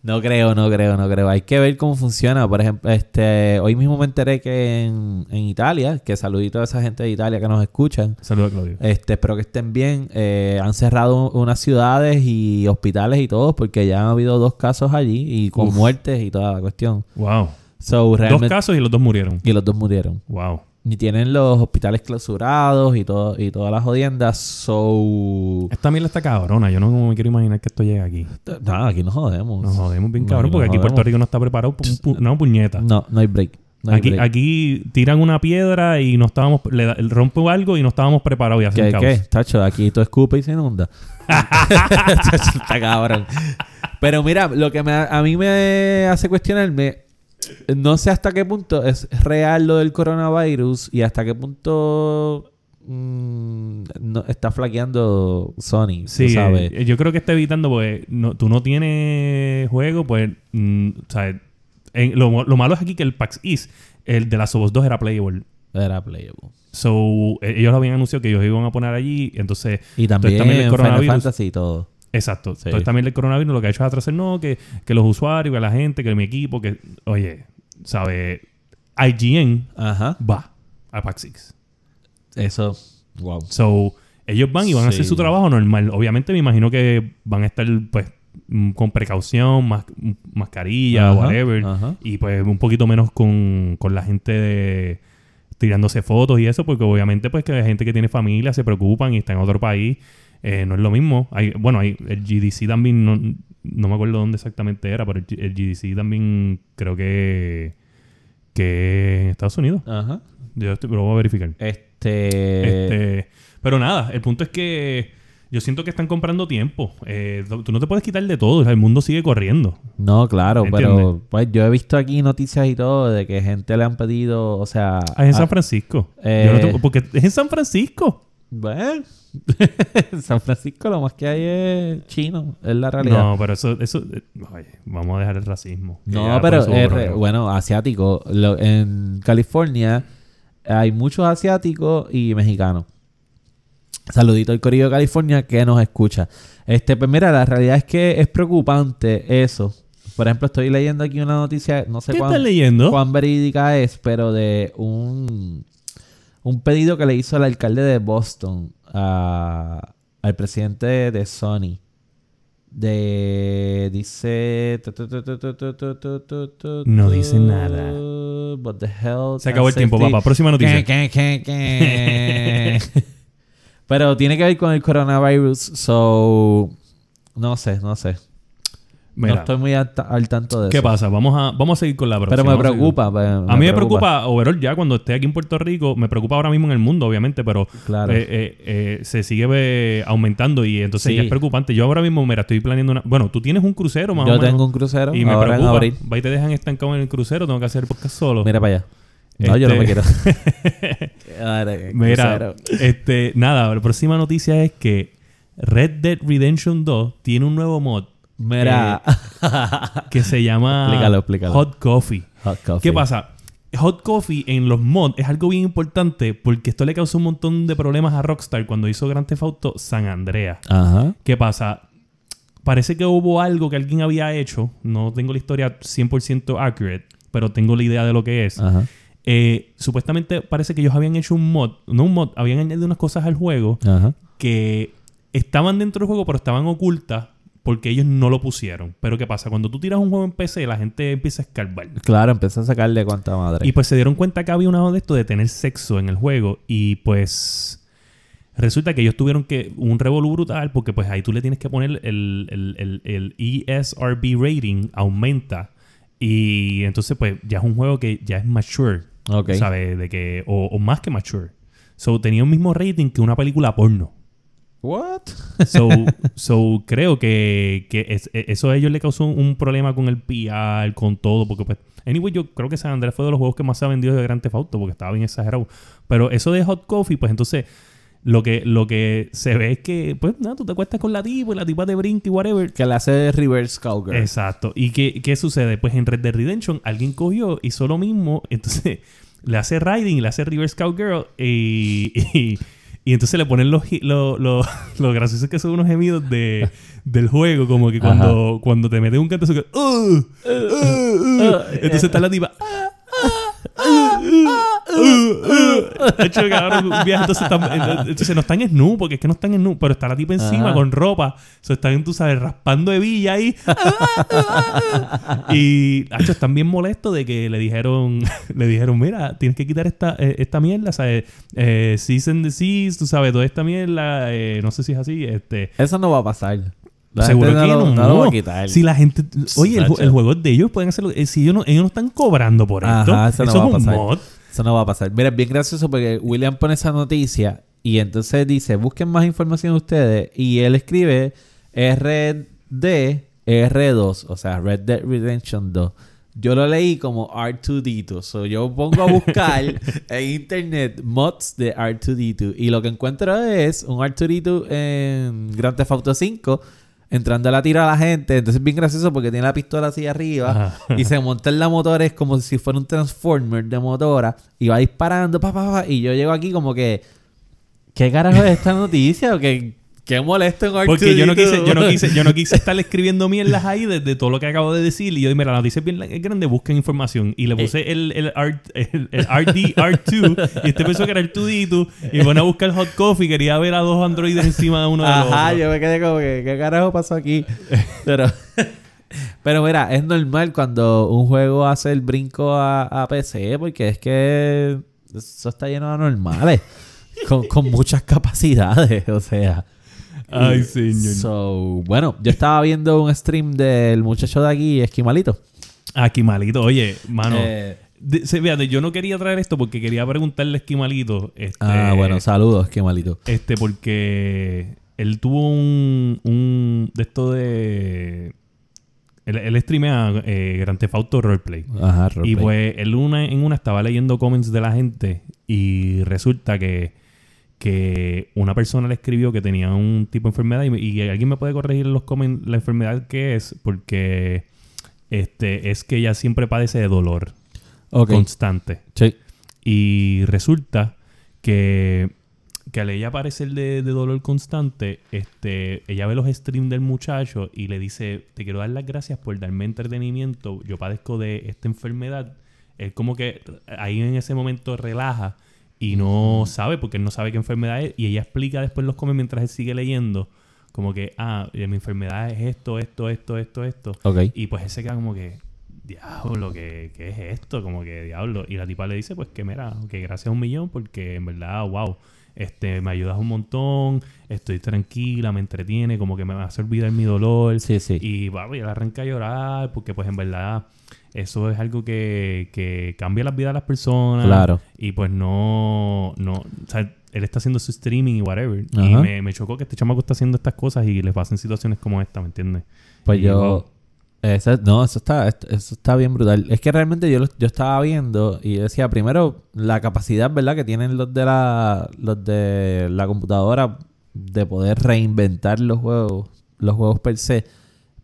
Speaker 1: No creo, no creo, no creo. Hay que ver cómo funciona. Por ejemplo, este, hoy mismo me enteré que en, en Italia, que saludito a esa gente de Italia que nos escuchan.
Speaker 2: Saludos, Claudio.
Speaker 1: Este, espero que estén bien. Eh, han cerrado unas ciudades y hospitales y todo, porque ya han habido dos casos allí y con
Speaker 2: Uf.
Speaker 1: muertes y toda la cuestión.
Speaker 2: Wow.
Speaker 1: So,
Speaker 2: Dos
Speaker 1: realmente,
Speaker 2: casos y los dos murieron.
Speaker 1: y los dos murieron.
Speaker 2: Wow.
Speaker 1: Y tienen los hospitales clausurados y todo, y todas las jodiendas. So,
Speaker 2: Esta mierda está cabrona. Yo no me quiero imaginar que esto llegue aquí.
Speaker 1: nada, aquí nos jodemos.
Speaker 2: Nos jodemos bien
Speaker 1: No,
Speaker 2: cabrón
Speaker 1: nos
Speaker 2: porque aquí
Speaker 1: jodemos.
Speaker 2: Puerto Rico no está preparado. por un pu- no, puñeta.
Speaker 1: No, no hay break. No hay
Speaker 2: Aquí,
Speaker 1: break.
Speaker 2: aquí tiran una piedra y no estábamos... Le da- rompo algo y no estábamos preparados y hacen
Speaker 1: ¿Qué,
Speaker 2: caos.
Speaker 1: qué? Tacho, aquí tú escupes y se inunda. Tacho, está cabrón. Pero mira, lo que me- a mí me hace cuestionarme, no sé hasta qué punto es real lo del coronavirus y hasta qué punto mm, no- está flaqueando Sony, tú
Speaker 2: Sí,
Speaker 1: sabes.
Speaker 2: eh, yo creo que está evitando, pues, no, tú no tienes juego, pues, mm, o sea, en- lo, lo malo es aquí que el PAX East, el de las Sobos 2 era playable.
Speaker 1: Era playable.
Speaker 2: So, eh, ellos lo habían anunciado que ellos iban a poner allí, entonces,
Speaker 1: Y también,
Speaker 2: también el
Speaker 1: en Final
Speaker 2: coronavirus.
Speaker 1: Fantasy y todo.
Speaker 2: exacto.
Speaker 1: Sí.
Speaker 2: Entonces también el coronavirus lo que ha hecho es atrasar, no, que, que los usuarios, que la gente, que mi equipo, que, oye, ¿sabes? IGN
Speaker 1: Ajá.
Speaker 2: va a PAX East.
Speaker 1: Eso, wow.
Speaker 2: So, ellos van y van a hacer
Speaker 1: Sí.
Speaker 2: su trabajo normal. Obviamente me imagino que van a estar pues mm, con precaución, mas- mm, mascarilla,
Speaker 1: Ajá,
Speaker 2: whatever.
Speaker 1: ajá.
Speaker 2: Y pues un poquito menos con, con la gente de- tirándose fotos y eso, porque obviamente pues que hay gente que tiene familia, se preocupan y está en otro país. Eh, no es lo mismo. Hay, bueno, hay, el GDC también, no, no me acuerdo dónde exactamente era, pero el, G- el GDC también creo que, que en Estados Unidos.
Speaker 1: Ajá.
Speaker 2: Yo estoy, pero voy a verificar.
Speaker 1: Este...
Speaker 2: Este, pero nada, el punto es que yo siento que están comprando tiempo. Eh, no- tú no te puedes quitar de todo, o sea, el mundo sigue corriendo.
Speaker 1: No, claro,
Speaker 2: ¿Entiendes?
Speaker 1: pero pues yo he visto aquí noticias y todo de que gente le han pedido, o sea,
Speaker 2: Ah, es en
Speaker 1: a-
Speaker 2: San Francisco.
Speaker 1: eh.
Speaker 2: Yo no tengo- porque es en San Francisco.
Speaker 1: Bueno, en San Francisco lo más que hay es chino, es la realidad.
Speaker 2: No, pero eso, eso eh, oye, vamos a dejar el racismo. que
Speaker 1: No,
Speaker 2: ya
Speaker 1: pero
Speaker 2: por eso
Speaker 1: es
Speaker 2: otro
Speaker 1: re-
Speaker 2: tema.
Speaker 1: bueno, asiático, Lo- en California hay muchos asiáticos y mexicanos. Saludito al Corillo de California que nos escucha. Este, pues mira, la realidad es que es preocupante eso. Por ejemplo, estoy leyendo aquí una noticia, no sé
Speaker 2: ¿Qué
Speaker 1: cuán-
Speaker 2: estás leyendo?
Speaker 1: cuán verídica es, pero de un, un pedido que le hizo el alcalde de Boston a- al presidente de Sony. De. Dice. tu, tu, tu, tu, tu, tu, tu, tu, tu, tu,
Speaker 2: No
Speaker 1: tu,
Speaker 2: dice nada.
Speaker 1: But the health
Speaker 2: Se acabó el
Speaker 1: and
Speaker 2: tiempo,
Speaker 1: safety-
Speaker 2: papá. Próxima noticia.
Speaker 1: Que, que, que, que. Pero tiene que ver con el coronavirus, so. No sé, no sé.
Speaker 2: Mira,
Speaker 1: no estoy muy al, ta- al tanto de
Speaker 2: ¿Qué
Speaker 1: eso.
Speaker 2: pasa? Vamos a, vamos a seguir con la próxima.
Speaker 1: Pero me
Speaker 2: vamos a seguir.
Speaker 1: preocupa. pues,
Speaker 2: A mí me preocupa, overall, ya cuando esté aquí en Puerto Rico, me preocupa ahora mismo en el mundo, obviamente, pero
Speaker 1: Claro.
Speaker 2: eh, eh, eh, se sigue eh, aumentando y entonces
Speaker 1: Sí.
Speaker 2: ya es preocupante. Yo ahora mismo, mira, estoy planeando una... Bueno, tú tienes un crucero más o
Speaker 1: Yo
Speaker 2: menos.
Speaker 1: tengo un crucero
Speaker 2: Y me
Speaker 1: ahora en
Speaker 2: preocupa.
Speaker 1: abril.
Speaker 2: Va y te dejan estancado en el crucero, tengo que hacer el podcast solo.
Speaker 1: Mira para allá. No, yo no me quiero. Ahora, el
Speaker 2: Este. Mira,
Speaker 1: crucero.
Speaker 2: este, nada, la próxima noticia es que Red Dead Redemption 2 tiene un nuevo mod
Speaker 1: Mira.
Speaker 2: que se llama
Speaker 1: Explícalo, explícalo.
Speaker 2: Hot Coffee.
Speaker 1: Hot coffee.
Speaker 2: Eh. ¿Qué pasa? Hot Coffee en los mods es algo bien importante porque esto le causó un montón de problemas a Rockstar cuando hizo Grand Theft Auto San Andreas.
Speaker 1: Ajá.
Speaker 2: ¿Qué pasa? Parece que hubo algo que alguien había hecho. No tengo la historia 100% accurate, pero tengo la idea de lo que es.
Speaker 1: Ajá.
Speaker 2: Eh, supuestamente parece que ellos habían hecho un mod, no un mod, habían añadido unas cosas al juego
Speaker 1: Ajá.
Speaker 2: que estaban dentro del juego pero estaban ocultas porque ellos no lo pusieron. Pero ¿qué pasa? Cuando tú tiras un juego en PC, la gente empieza a escarbar.
Speaker 1: Claro, empecé a sacarle cuanta madre.
Speaker 2: Y pues se dieron cuenta que había una de esto de tener sexo en el juego. Y pues resulta que ellos tuvieron que un revolú brutal porque pues ahí tú le tienes que poner el, el, el, E el ESRB rating, aumenta. Y entonces pues ya es un juego que ya es mature.
Speaker 1: Ok.
Speaker 2: ¿Sabes? De que, o, o más que mature. So tenía un mismo rating que una película porno.
Speaker 1: What?
Speaker 2: So, so creo que, que es- e- eso a ellos le causó un problema con el PR, con todo, porque pues... Anyway, yo creo que San Andrés fue de los juegos que más se ha vendido de Grand Theft Auto, porque estaba bien exagerado. Pero eso de Hot Coffee, pues entonces... Lo que, lo que se ve es que, pues nada, tú te acuestas con la tipa y la tipa te brinca y whatever.
Speaker 1: Que le hace reverse cowgirl.
Speaker 2: Exacto. ¿Y qué, qué sucede? Pues en Red Dead Redemption alguien cogió, hizo lo mismo, entonces le hace riding, le hace reverse cowgirl y, y, y entonces le ponen los, gi- lo, lo, lo gracioso que son unos gemidos de, del juego, como que cuando, cuando te mete un cantazo que... "Uh, uh, uh", entonces está la tipa... "Ah, ah, ah, uh, uh". Hacho, cabrón, un viaje. Entonces, están- entonces no están en nu, porque es que no están en nu, pero está la tipa encima
Speaker 1: Ajá.
Speaker 2: con ropa. So, están, tú sabes, raspando hebilla ahí. Y Hacho, están bien molestos de que le dijeron, le dijeron, mira, tienes que quitar esta, eh, esta mierda, ¿sabes? Eh, cease and desist, tú sabes, toda esta mierda, eh, no sé si es así, este...
Speaker 1: Eso no va a pasar. La
Speaker 2: Seguro
Speaker 1: gente
Speaker 2: que
Speaker 1: no, lo-
Speaker 2: no.
Speaker 1: no lo va a quitar.
Speaker 2: Si la gente. Oye, el, ju-
Speaker 1: Sacha.
Speaker 2: el juego es de ellos, pueden hacerlo. eh, si ellos no, ellos no están cobrando por
Speaker 1: Ajá,
Speaker 2: esto.
Speaker 1: eso
Speaker 2: eso
Speaker 1: no va a
Speaker 2: es un
Speaker 1: pasar.
Speaker 2: mod.
Speaker 1: Eso no va a pasar. Mira, es bien gracioso porque William pone esa noticia y entonces dice, busquen más información ustedes. Y él escribe RDR2, o sea, Red Dead Redemption 2. Yo lo leí como R2D2. So yo pongo a buscar en internet mods de R2D2. Y lo que encuentro es un R2D2 en Grand Theft Auto 5 entrando a la tira a la gente. Entonces es bien gracioso porque tiene la pistola así arriba y se monta en la motora. Es como si fuera un transformer de motora y va disparando. Pa, pa, pa, y yo llego aquí como que... ¿Qué carajo es esta noticia? ¿O qué, qué molesto en
Speaker 2: Porque yo no quise, yo no
Speaker 1: R2D2?
Speaker 2: quise, yo no quise estar escribiendo mierdas ahí de, de todo lo que acabo de decir. Y yo, mira, la noticia es bien la- es grande, busquen información.
Speaker 1: Eh.
Speaker 2: Y le puse el, el, R- el- el RD, R2, y este pensó que era el 2D2, y van a buscar hot coffee, quería ver a dos androides encima de uno de los
Speaker 1: Ajá,
Speaker 2: otros.
Speaker 1: yo me quedé como que, ¿qué carajo pasó aquí? Pero, pero mira, es normal cuando un juego hace el brinco a, a PC, porque es que eso está lleno de anormales, con, con muchas capacidades, o sea.
Speaker 2: Ay, señor.
Speaker 1: So, bueno, yo estaba viendo un stream del muchacho de aquí, Esquimalito.
Speaker 2: Aquí malito, oye, mano.
Speaker 1: Eh,
Speaker 2: de- se- fíjate, yo no quería traer esto porque quería preguntarle a Esquimalito. Este,
Speaker 1: ah, bueno, saludos, Esquimalito.
Speaker 2: Este, porque él tuvo un, un de esto de... Él, él streamea eh, Grand Theft Auto Roleplay.
Speaker 1: Ajá,
Speaker 2: Y
Speaker 1: roleplay.
Speaker 2: pues él una, en una estaba leyendo comments de la gente y resulta que, que una persona le escribió que tenía un tipo de enfermedad y, me- y alguien me puede corregir en los comments la enfermedad que es porque este es que ella siempre padece de dolor
Speaker 1: Ok,
Speaker 2: constante.
Speaker 1: sí.
Speaker 2: Y resulta que, que al ella parecer de, de dolor constante, este, ella ve los streams del muchacho y le dice, te quiero dar las gracias por darme entretenimiento, yo padezco de esta enfermedad. Él como que eh, ahí en ese momento relaja y no sabe, porque él no sabe qué enfermedad es, y ella explica después en los comen mientras él sigue leyendo, como que, ah, eh, mi enfermedad es esto, esto, esto, esto, esto.
Speaker 1: Ok.
Speaker 2: Y pues él se queda como que, diablo, ¿qué, qué es esto? Como que, diablo. Y la tipa le dice, pues que mira, que gracias a un millón, porque en verdad, wow, este, me ayudas un montón, estoy tranquila, me entretiene, como que me hace olvidar mi dolor.
Speaker 1: Sí, sí.
Speaker 2: Y va, él arranca a llorar, porque pues en verdad eso es algo que, que cambia la vida de las personas.
Speaker 1: Claro.
Speaker 2: Y pues no, no, o sea, él está haciendo su streaming y whatever. Y
Speaker 1: Ajá.
Speaker 2: me, me chocó que este chamaco está haciendo estas cosas y le pasen situaciones como esta, ¿me entiendes?
Speaker 1: Pues
Speaker 2: Y,
Speaker 1: yo.
Speaker 2: wow.
Speaker 1: Esa- no, eso está, eso está bien brutal. Es que realmente yo, lo- yo estaba viendo y yo decía, primero, la capacidad, ¿verdad?, que tienen los de la, los de la computadora de poder reinventar los juegos, los juegos per se.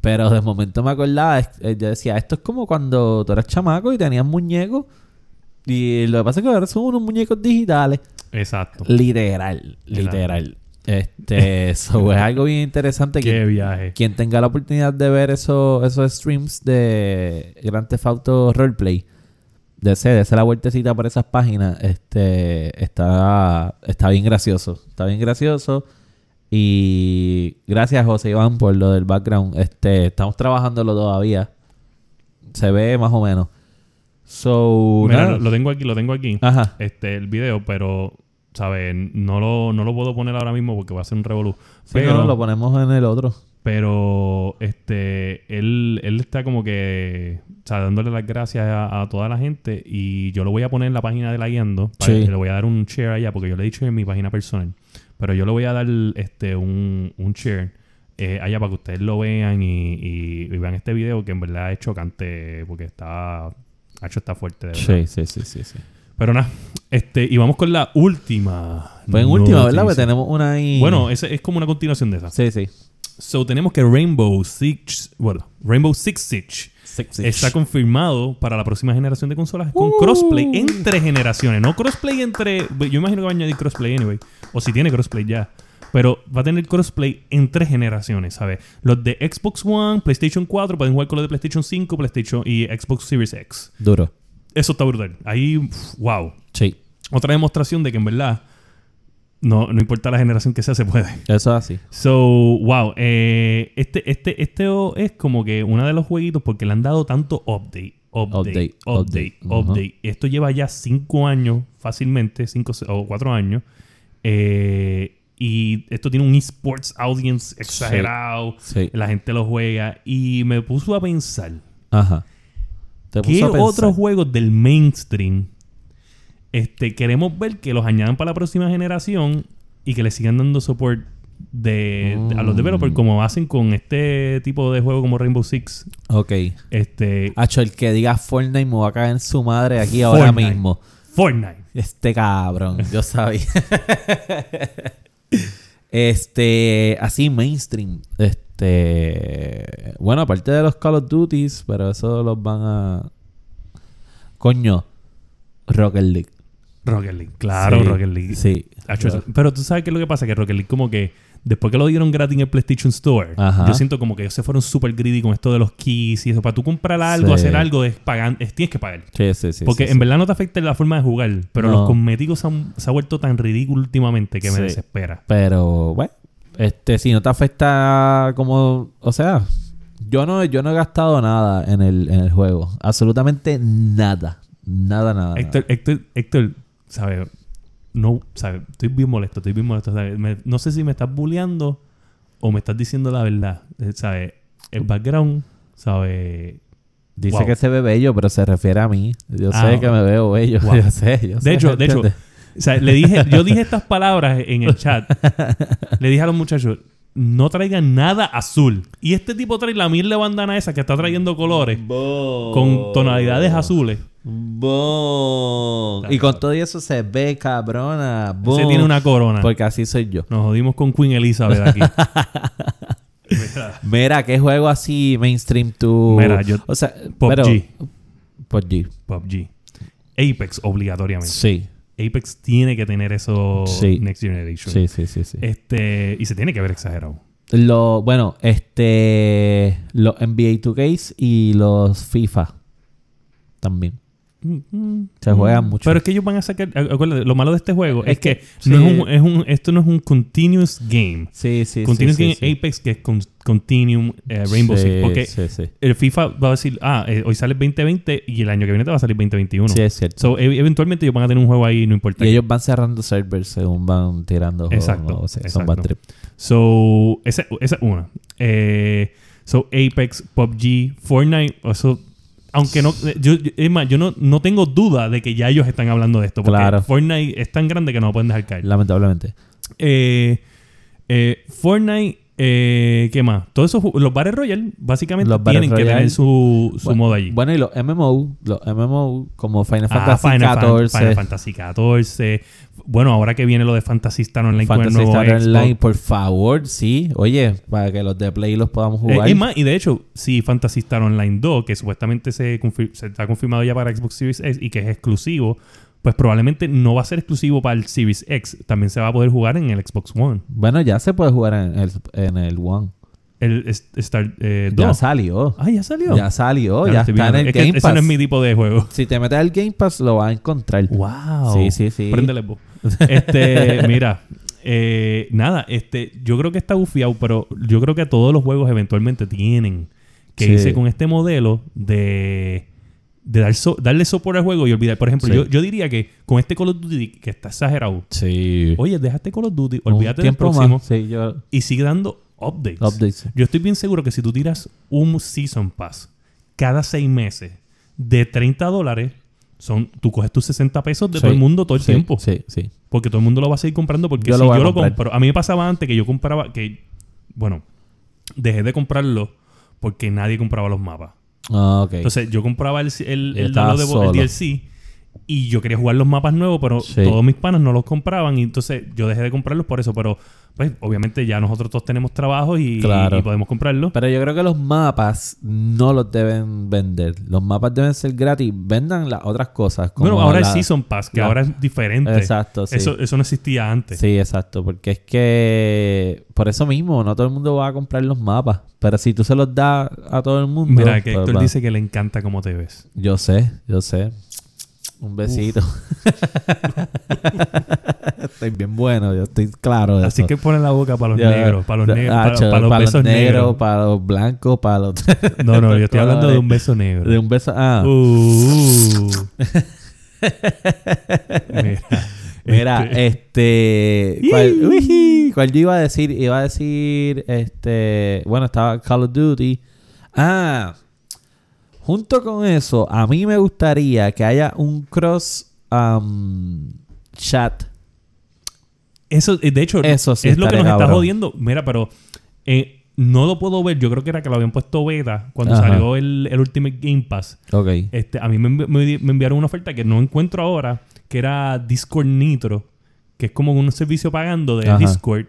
Speaker 1: Pero de momento me acordaba, es- eh, yo decía, esto es como cuando tú eras chamaco y tenías muñecos. Y lo que pasa es que ahora son unos muñecos digitales.
Speaker 2: Exacto.
Speaker 1: Literal, literal. Este, eso es algo bien interesante que
Speaker 2: Qué viaje.
Speaker 1: quien tenga la oportunidad de ver eso- esos streams de Grand Theft Auto Roleplay, de ese, dese la vueltecita por esas páginas, este, está, está bien gracioso. Está bien gracioso. Y gracias, José Iván, por lo del background. Este, estamos trabajándolo todavía. Se ve más o menos. So,
Speaker 2: Mira,
Speaker 1: nada.
Speaker 2: lo- lo tengo aquí, lo tengo aquí.
Speaker 1: Ajá.
Speaker 2: Este, el video, pero, ¿sabes? No lo, no lo puedo poner ahora mismo porque va a ser un revolú.
Speaker 1: Sí,
Speaker 2: Pero,
Speaker 1: no, lo ponemos en el otro.
Speaker 2: pero, este, él, él está como que, o sea, dándole las gracias a, a toda la gente y yo lo voy a poner en la página de la guiando. para-
Speaker 1: Sí.
Speaker 2: Le voy a dar un share allá porque yo le he dicho en mi página personal. Pero yo le voy a dar este, un, un share eh, allá para que ustedes lo vean y, y- y vean este video que en verdad es chocante porque está, ha hecho está fuerte de
Speaker 1: Sí,
Speaker 2: verdad.
Speaker 1: sí, sí, sí, sí.
Speaker 2: Pero nada, este, y vamos con la última.
Speaker 1: Pues en última, ¿verdad? Porque
Speaker 2: noticia.
Speaker 1: tenemos una ahí.
Speaker 2: Bueno, esa es como una continuación de esa.
Speaker 1: sí, sí.
Speaker 2: So tenemos que Rainbow Six, bueno, Rainbow Six Siege está confirmado para la próxima generación de consolas con
Speaker 1: Uh.
Speaker 2: crossplay entre generaciones, no crossplay entre, yo imagino que va a añadir crossplay anyway, o si tiene crossplay ya. Pero va a tener crossplay entre generaciones, ¿sabes? Los de Xbox One, PlayStation 4 pueden jugar con los de PlayStation 5, PlayStation y Xbox Series X.
Speaker 1: Duro.
Speaker 2: Eso está brutal. Ahí, uf, wow
Speaker 1: Sí.
Speaker 2: otra demostración de que en verdad no, no importa la generación que sea, se puede.
Speaker 1: Eso es así.
Speaker 2: So, wow. eh, este, este, este o- es como que uno de los jueguitos porque le han dado tanto update. Update,
Speaker 1: Update,
Speaker 2: update, update.
Speaker 1: update, ujú.
Speaker 2: Esto lleva ya cinco años, fácilmente, cinco se- o cuatro años. eh, y esto tiene un esports audience exagerado.
Speaker 1: Sí.
Speaker 2: La gente lo juega. Y me puso a pensar.
Speaker 1: Ajá. Te
Speaker 2: ¿Qué
Speaker 1: puso a pensar.
Speaker 2: otros juegos del mainstream este, queremos ver que los añadan para la próxima generación y que le sigan dando support de, de- a los
Speaker 1: Mm.
Speaker 2: developers como hacen con este tipo de juego como Rainbow Six?
Speaker 1: Ok.
Speaker 2: Este,
Speaker 1: Hacho, el que diga Fortnite me va a caer en su madre aquí ahora
Speaker 2: Fortnite.
Speaker 1: mismo.
Speaker 2: Fortnite.
Speaker 1: Este cabrón, yo sabía. este, así mainstream. Este, bueno, aparte de los Call of Duties, pero eso los van a. Coño, Rocket League.
Speaker 2: Rocket League. Claro,
Speaker 1: Sí,
Speaker 2: Rocket League.
Speaker 1: Sí.
Speaker 2: Hacho, eso- Pero tú sabes qué es lo que pasa, que Rocket League como que después que lo dieron gratis en el PlayStation Store,
Speaker 1: Ajá.
Speaker 2: yo siento como que ellos se fueron súper greedy con esto de los keys y eso. Para tú comprar algo,
Speaker 1: Sí.
Speaker 2: hacer algo, es pagan- es- tienes que pagar.
Speaker 1: Sí, sí, sí.
Speaker 2: Porque
Speaker 1: Este, sí,
Speaker 2: en
Speaker 1: sí.
Speaker 2: verdad no te afecta la forma de jugar, pero
Speaker 1: No.
Speaker 2: los cosméticos se han, se ha vuelto tan ridículo últimamente que me
Speaker 1: Sí.
Speaker 2: desespera.
Speaker 1: Pero, bueno, este, si no te afecta como, o sea, yo no, yo no he gastado nada en el, en el juego. Absolutamente nada. Nada, nada. nada.
Speaker 2: Héctor, Héctor, Héctor, ¿sabes? No, ¿sabes? Estoy bien molesto, estoy bien molesto, ¿sabes? Me- no sé si me estás bulleando o me estás diciendo la verdad, eh, ¿sabes? El background, ¿sabes?
Speaker 1: Dice
Speaker 2: Wow.
Speaker 1: que se ve bello, pero se refiere a mí. Yo
Speaker 2: Ah,
Speaker 1: sé que me veo bello.
Speaker 2: Wow.
Speaker 1: Yo sé, yo sé,
Speaker 2: De hecho, de hecho,
Speaker 1: ¿entiendes?
Speaker 2: o sea, le dije, yo dije estas palabras en el chat. Le dije a los muchachos, no traigan nada azul. Y este tipo trae la mil de bandana esa que está trayendo colores con tonalidades azules.
Speaker 1: Boom. Y con todo eso se ve cabrona. Boom.
Speaker 2: Se tiene una corona.
Speaker 1: Porque así soy yo.
Speaker 2: Nos jodimos con Queen Elizabeth aquí. Pues, ah, Mira,
Speaker 1: Mira, qué juego así mainstream tú.
Speaker 2: Mira, yo-
Speaker 1: O sea,
Speaker 2: PUBG.
Speaker 1: pero. PUBG.
Speaker 2: PUBG. Apex, obligatoriamente.
Speaker 1: Sí.
Speaker 2: Apex tiene que tener eso
Speaker 1: Sí.
Speaker 2: Next Generation.
Speaker 1: Sí, sí, sí, sí.
Speaker 2: Este, y se tiene que ver exagerado.
Speaker 1: Lo, bueno, este. Los NBA 2Ks y los FIFA. También. Mm-hmm. Se juegan mucho.
Speaker 2: Pero es que ellos van a sacar. acu- Acuérdate, lo malo de este juego es,
Speaker 1: Es
Speaker 2: que,
Speaker 1: que-
Speaker 2: no
Speaker 1: sí.
Speaker 2: es un, es un- esto no es un continuous game.
Speaker 1: Sí, sí, sí,
Speaker 2: continuous
Speaker 1: sí,
Speaker 2: game
Speaker 1: sí.
Speaker 2: Apex, que es con- Continuum eh, Rainbow
Speaker 1: Sí,
Speaker 2: Six. Porque
Speaker 1: sí, sí.
Speaker 2: el FIFA va a decir, ah, eh, hoy sale el 2020 y el año que viene te va a salir 2021.
Speaker 1: Sí, es cierto.
Speaker 2: So, e- eventualmente ellos van a tener un juego ahí, no importa.
Speaker 1: Y ellos van cerrando servers según van tirando juegos
Speaker 2: Exacto,
Speaker 1: nuevos. Sí,
Speaker 2: exacto.
Speaker 1: Son bad trip.
Speaker 2: So, esa esa es una. Eh, so, Apex, PUBG, Fortnite, eso... Aunque no... eh, Yo, yo- es más, yo no, no tengo duda de que ya ellos están hablando de esto. Porque
Speaker 1: Claro.
Speaker 2: Fortnite es tan grande que no lo pueden dejar caer.
Speaker 1: Lamentablemente.
Speaker 2: Eh, eh, Fortnite... eh, ¿Qué más? Todos esos ju- los Battle Royale básicamente
Speaker 1: Los Battle
Speaker 2: tienen que
Speaker 1: Royale.
Speaker 2: tener su, su
Speaker 1: Bueno,
Speaker 2: modo allí.
Speaker 1: Bueno, y los MMO, los MMO como Final
Speaker 2: Ah,
Speaker 1: Fantasy
Speaker 2: Final, Fan-
Speaker 1: XIV,
Speaker 2: Final Fantasy 14. Bueno, ahora que viene lo de Fantasy Star Online con el
Speaker 1: Fantasy
Speaker 2: nuevo
Speaker 1: Star
Speaker 2: Xbox.
Speaker 1: Online, por favor, sí. Oye, para que los de Play los podamos
Speaker 2: Eh,
Speaker 1: jugar.
Speaker 2: es más, y de hecho, si Fantasy Star Online 2, que supuestamente se, confir- se está confirmado ya para Xbox Series X y que es exclusivo, pues probablemente no va a ser exclusivo para el Series X. También se va a poder jugar en el Xbox One.
Speaker 1: Bueno, ya se puede jugar en el, en el One.
Speaker 2: El S- Star eh,
Speaker 1: Ya
Speaker 2: 2.
Speaker 1: salió.
Speaker 2: ah, ya salió.
Speaker 1: Ya salió,
Speaker 2: Ya lo
Speaker 1: ya
Speaker 2: estoy
Speaker 1: está en
Speaker 2: viendo.
Speaker 1: el
Speaker 2: Es que
Speaker 1: Game
Speaker 2: Ese
Speaker 1: Pass.
Speaker 2: no es mi tipo de juego.
Speaker 1: Si te metes al Game Pass, lo vas a encontrar.
Speaker 2: ¡Wow!
Speaker 1: Sí, sí, sí.
Speaker 2: Préndele, bo. Este, mira. Eh, nada, este, yo creo que está bufiado, pero yo creo que todos los juegos eventualmente tienen que
Speaker 1: Sí.
Speaker 2: irse con este modelo de, de dar so- darle soporte al juego y olvidar. Por ejemplo,
Speaker 1: Sí.
Speaker 2: yo, yo diría que con este Call of Duty que está exagerado,
Speaker 1: Sí.
Speaker 2: oye, déjate Call of Duty,
Speaker 1: Un
Speaker 2: olvídate del
Speaker 1: tiempo más.
Speaker 2: próximo
Speaker 1: Sí, yo...
Speaker 2: y sigue dando updates.
Speaker 1: Updates.
Speaker 2: Yo estoy bien seguro que si tú tiras un Season Pass cada seis meses de 30 dólares, son, tú coges tus 60 pesos de
Speaker 1: Sí.
Speaker 2: todo el mundo todo el
Speaker 1: Sí,
Speaker 2: tiempo.
Speaker 1: Sí, sí.
Speaker 2: Porque todo el mundo lo va a seguir comprando. Porque
Speaker 1: Yo
Speaker 2: si
Speaker 1: lo voy a
Speaker 2: yo lo
Speaker 1: comprar.
Speaker 2: compro. A mí me pasaba antes que yo compraba. que Bueno, dejé de comprarlo porque nadie compraba los mapas.
Speaker 1: Ah, ok.
Speaker 2: Entonces yo compraba el, el,
Speaker 1: Y
Speaker 2: el
Speaker 1: estaba
Speaker 2: download de-
Speaker 1: solo.
Speaker 2: el DLC y yo quería jugar los mapas nuevos, pero
Speaker 1: Sí.
Speaker 2: todos mis panas no los compraban. Y entonces yo dejé de comprarlos por eso. Pero pues obviamente ya nosotros todos tenemos trabajo y,
Speaker 1: Claro.
Speaker 2: y podemos comprarlos.
Speaker 1: Pero yo creo que los mapas no los deben vender. Los mapas deben ser gratis. Vendan las otras cosas. como
Speaker 2: Bueno, ahora
Speaker 1: la-
Speaker 2: el Season Pass, que
Speaker 1: la-
Speaker 2: ahora es diferente.
Speaker 1: Exacto, sí.
Speaker 2: Eso, eso no existía antes.
Speaker 1: Sí, exacto. Porque es que por eso mismo, no todo el mundo va a comprar los mapas. Pero si tú se los das a todo el mundo.
Speaker 2: Mira, que
Speaker 1: pues,
Speaker 2: Héctor
Speaker 1: va.
Speaker 2: dice que le encanta cómo te ves.
Speaker 1: Yo sé, yo sé. Un besito. estoy bien bueno, yo estoy claro. de
Speaker 2: Así
Speaker 1: eso.
Speaker 2: que pone la boca para los
Speaker 1: Yo-
Speaker 2: negros, para los negros,
Speaker 1: Ah,
Speaker 2: para,
Speaker 1: cho,
Speaker 2: para los
Speaker 1: para
Speaker 2: besos negros.
Speaker 1: para los blancos, para los.
Speaker 2: No, no, yo estoy hablando de un
Speaker 1: colores.
Speaker 2: beso negro.
Speaker 1: De un beso. Ah.
Speaker 2: Uh. Mira,
Speaker 1: Mira,
Speaker 2: este,
Speaker 1: este. ¿cuál, uijí, cuál yo iba a decir? Iba a decir. Este. Bueno, estaba Call of Duty. Ah. Junto con eso, a mí me gustaría que haya un cross um, chat.
Speaker 2: eso, eh, de hecho,
Speaker 1: Eso sí
Speaker 2: es lo que
Speaker 1: estaría
Speaker 2: nos está
Speaker 1: cabrón.
Speaker 2: jodiendo. Mira, pero eh, no lo puedo ver. Yo creo que era que lo habían puesto beta cuando
Speaker 1: Ajá.
Speaker 2: salió el, el Ultimate Game Pass.
Speaker 1: Ok.
Speaker 2: Este, a mí me, envi- me di- me enviaron una oferta que no encuentro ahora, que era Discord Nitro, que es como un servicio pagando de
Speaker 1: Ajá.
Speaker 2: Discord.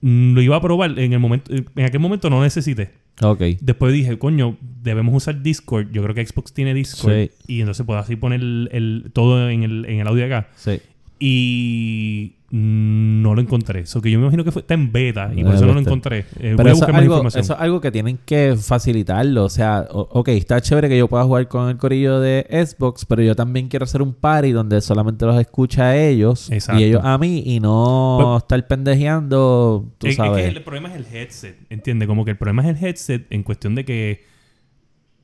Speaker 2: Mm, Lo iba a probar en el momento, en aquel momento no necesité.
Speaker 1: Ok.
Speaker 2: Después dije, coño, debemos usar Discord. Yo creo que Xbox tiene Discord.
Speaker 1: Sí.
Speaker 2: Y entonces puedo así poner el, el- todo en el, en el audio acá.
Speaker 1: Sí.
Speaker 2: Y mm, no lo encontré. Eso que yo me imagino que fue, está en beta y por
Speaker 1: Ah,
Speaker 2: eso no lo
Speaker 1: beta.
Speaker 2: encontré. Eh, voy
Speaker 1: Pero eso
Speaker 2: a
Speaker 1: es,
Speaker 2: buscar más
Speaker 1: algo,
Speaker 2: información.
Speaker 1: eso es algo que tienen que facilitarlo. O sea, o- ok, está chévere que yo pueda jugar con el corillo de Xbox, pero yo también quiero hacer un party donde solamente los escucha a ellos
Speaker 2: Exacto.
Speaker 1: y ellos a mí y no
Speaker 2: Pues-
Speaker 1: estar pendejeando, tú
Speaker 2: Es- es que
Speaker 1: sabes.
Speaker 2: el problema es el headset, ¿entiendes? Como que el problema es el headset en cuestión de que,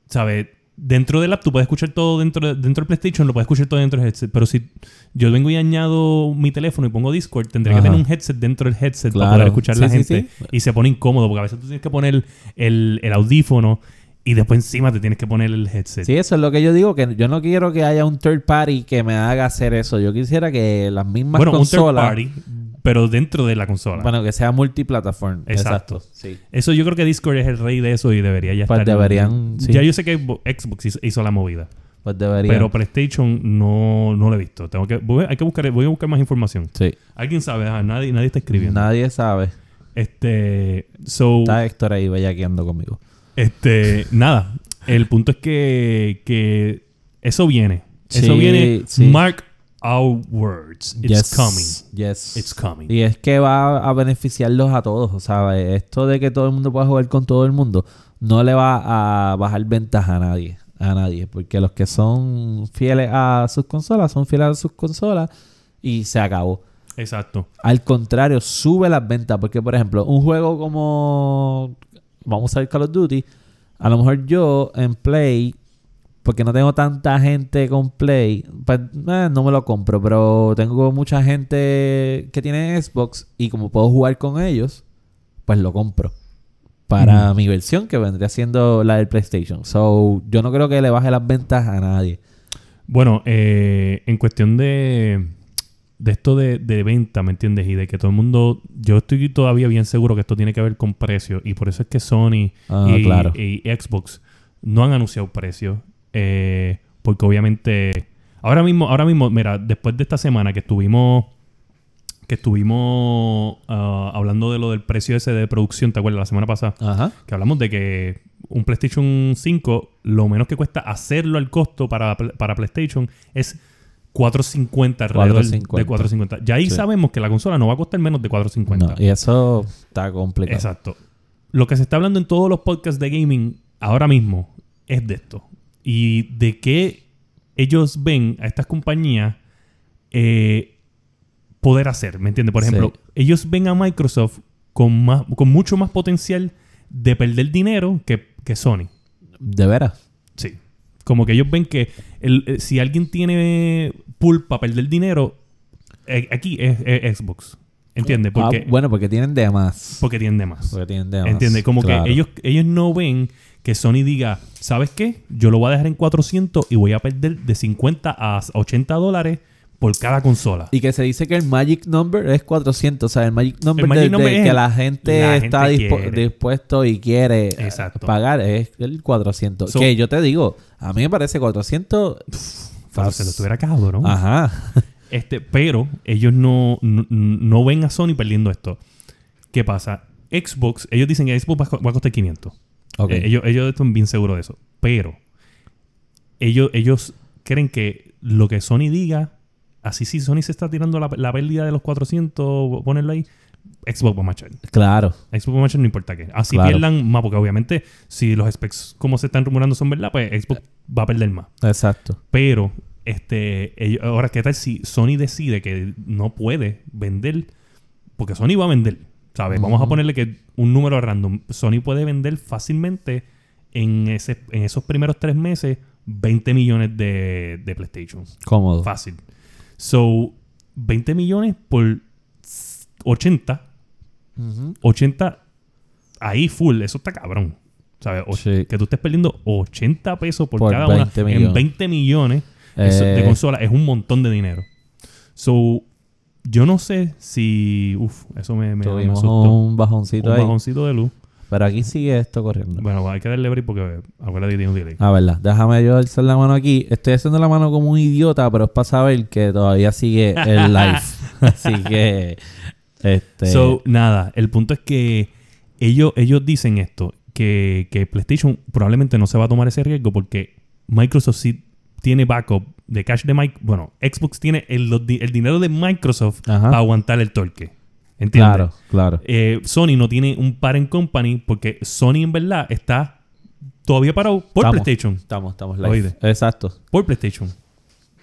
Speaker 2: ¿sabes? Dentro del app tú puedes escuchar todo dentro, de- dentro del PlayStation, lo puedes escuchar todo dentro del headset. Pero si yo vengo y añado mi teléfono y pongo Discord, tendré que
Speaker 1: Ajá.
Speaker 2: tener un headset dentro del headset para
Speaker 1: Claro.
Speaker 2: poder escuchar la
Speaker 1: Sí, sí,
Speaker 2: gente. Y se pone incómodo porque a veces tú tienes que poner el, el audífono y después encima te tienes que poner el headset.
Speaker 1: Sí, eso es lo que yo digo, que yo no quiero que haya un third party que me haga hacer eso. Yo quisiera que las mismas
Speaker 2: bueno,
Speaker 1: consolas...
Speaker 2: un third party, pero dentro de la consola.
Speaker 1: Bueno, que sea multiplataforma.
Speaker 2: Exacto.
Speaker 1: Sí.
Speaker 2: Eso yo creo que Discord es el rey de eso y debería ya
Speaker 1: Pues
Speaker 2: estar.
Speaker 1: deberían, sí.
Speaker 2: Ya yo sé que Xbox hizo, hizo la movida.
Speaker 1: Pues debería.
Speaker 2: Pero PlayStation no, no lo he visto. Tengo que, voy, hay que buscar, voy a buscar más información.
Speaker 1: Sí.
Speaker 2: ¿Alguien sabe? Ah, nadie, nadie está escribiendo.
Speaker 1: Nadie sabe.
Speaker 2: Este. So.
Speaker 1: Está Héctor ahí bellaqueando conmigo.
Speaker 2: Este. nada. El punto es que. que eso viene. eso
Speaker 1: Sí,
Speaker 2: viene.
Speaker 1: sí.
Speaker 2: Mark our words. It's
Speaker 1: Yes,
Speaker 2: coming.
Speaker 1: Yes.
Speaker 2: It's coming.
Speaker 1: Y es que va a beneficiarlos a todos, o sea, esto de que todo el mundo pueda jugar con todo el mundo no le va a bajar ventaja a nadie, a nadie, porque los que son fieles a sus consolas son fieles a sus consolas y se acabó.
Speaker 2: Exacto.
Speaker 1: Al contrario, sube las ventas, porque por ejemplo, un juego como vamos a ver Call of Duty, a lo mejor yo en Play porque no tengo tanta gente con Play, pues eh, no me lo compro, pero tengo mucha gente que tiene Xbox y como puedo jugar con ellos, pues lo compro para mi versión que vendría siendo la del PlayStation. So, yo no creo que le baje las ventas a nadie.
Speaker 2: Bueno, eh, en cuestión de, de esto de, de venta, ¿me entiendes? Y de que todo el mundo, yo estoy todavía bien seguro que esto tiene que ver con precio y por eso es que Sony
Speaker 1: Ah,
Speaker 2: y,
Speaker 1: claro.
Speaker 2: y Xbox no han anunciado precio, eh, porque obviamente ahora mismo, ahora mismo, mira, después de esta semana que estuvimos que estuvimos ah, hablando de lo del precio ese de producción, ¿te acuerdas? La semana pasada
Speaker 1: Ajá.
Speaker 2: que hablamos de que un PlayStation 5, lo menos que cuesta hacerlo al costo para, para PlayStation es 450 alrededor
Speaker 1: 450.
Speaker 2: de 450. Ya ahí
Speaker 1: Sí.
Speaker 2: sabemos que la consola no va a costar menos de 450.
Speaker 1: No, y eso está complicado.
Speaker 2: Exacto. Lo que se está hablando en todos los podcasts de gaming ahora mismo es de esto. Y de que ellos ven a estas compañías eh, poder hacer, ¿me entiendes? Por
Speaker 1: Sí.
Speaker 2: ejemplo, ellos ven a Microsoft con, más, con mucho más potencial de perder dinero que, que Sony.
Speaker 1: De veras.
Speaker 2: Sí. Como que ellos ven que el- eh, si alguien tiene pool para perder dinero, eh, aquí es, es Xbox. ¿Entiendes? Porque,
Speaker 1: Ah, bueno, porque tienen de más.
Speaker 2: porque tienen de más.
Speaker 1: Porque tienen de más.
Speaker 2: ¿Entiendes? Como
Speaker 1: Claro.
Speaker 2: que ellos, ellos no ven que Sony diga, ¿sabes qué? Yo lo voy a dejar en 400 y voy a perder de 50 a 80 dólares por cada consola.
Speaker 1: Y que se dice que el Magic Number es 400. O sea, el Magic Number,
Speaker 2: Magic
Speaker 1: de- de
Speaker 2: Number es
Speaker 1: que
Speaker 2: el-
Speaker 1: la gente
Speaker 2: la
Speaker 1: está
Speaker 2: gente
Speaker 1: dispu-
Speaker 2: quiere.
Speaker 1: dispuesto y quiere eh,
Speaker 2: Exacto.
Speaker 1: pagar es el 400.
Speaker 2: So-
Speaker 1: que yo te digo, a mí me parece 400.
Speaker 2: Cuando se lo estuviera cabrón.
Speaker 1: Ajá.
Speaker 2: Este, pero ellos no, no, no ven a Sony perdiendo esto. ¿Qué pasa? Xbox, ellos dicen que Xbox va a co- va a costar 500.
Speaker 1: Ok.
Speaker 2: Eh, ellos, ellos están bien seguros de eso. Pero ellos, ellos creen que lo que Sony diga, así si Sony se está tirando la, la pérdida de los 400, ponerlo ahí, Xbox va a marchar.
Speaker 1: Claro.
Speaker 2: Xbox va a marchar no importa qué. Así
Speaker 1: Claro.
Speaker 2: pierdan más, porque obviamente si los specs como se están rumorando son verdad, pues Xbox va a perder más.
Speaker 1: Exacto.
Speaker 2: Pero, este, ellos- ahora, ¿qué tal si Sony decide que no puede vender? Porque Sony va a vender, ¿sabes? Vamos a
Speaker 1: Ujú.
Speaker 2: ponerle que un número random. Sony puede vender fácilmente en, ese, en esos primeros tres meses 20 millones de, de PlayStation.
Speaker 1: Cómodo.
Speaker 2: Fácil. So, 20 millones por 80.
Speaker 1: Ujú.
Speaker 2: 80 ahí full. Eso está cabrón. ¿Sabes? O-
Speaker 1: Sí.
Speaker 2: Que tú estés perdiendo 80 pesos por,
Speaker 1: Por
Speaker 2: cada una
Speaker 1: 20 millones.
Speaker 2: en 20 millones eso- de
Speaker 1: Eh.
Speaker 2: consola. Es un montón de dinero. So, yo no sé si... Uf, eso me, me, me
Speaker 1: Tuvimos
Speaker 2: asustó. Un,
Speaker 1: un bajoncito ahí.
Speaker 2: bajoncito de luz.
Speaker 1: Pero aquí sigue esto corriendo.
Speaker 2: Bueno, pues hay que darle break porque eh, acuérdate que tiene un delay.
Speaker 1: Ah, verdad. Déjame yo alzar la mano aquí. Estoy haciendo la mano como un idiota, pero es para saber que todavía sigue el live. Así que. Este.
Speaker 2: So, nada, el punto es que ellos, ellos dicen esto, que, que PlayStation probablemente no se va a tomar ese riesgo porque Microsoft sí tiene backup de cash de Mike. Bueno, Xbox tiene el, los di- el dinero de Microsoft
Speaker 1: Ajá.
Speaker 2: para aguantar el torque. ¿Entiendes?
Speaker 1: claro, claro.
Speaker 2: Eh, Sony no tiene un parent company porque Sony en verdad está todavía parado por
Speaker 1: Estamos.
Speaker 2: PlayStation.
Speaker 1: Estamos, estamos live.
Speaker 2: Oíste.
Speaker 1: Exacto.
Speaker 2: Por PlayStation.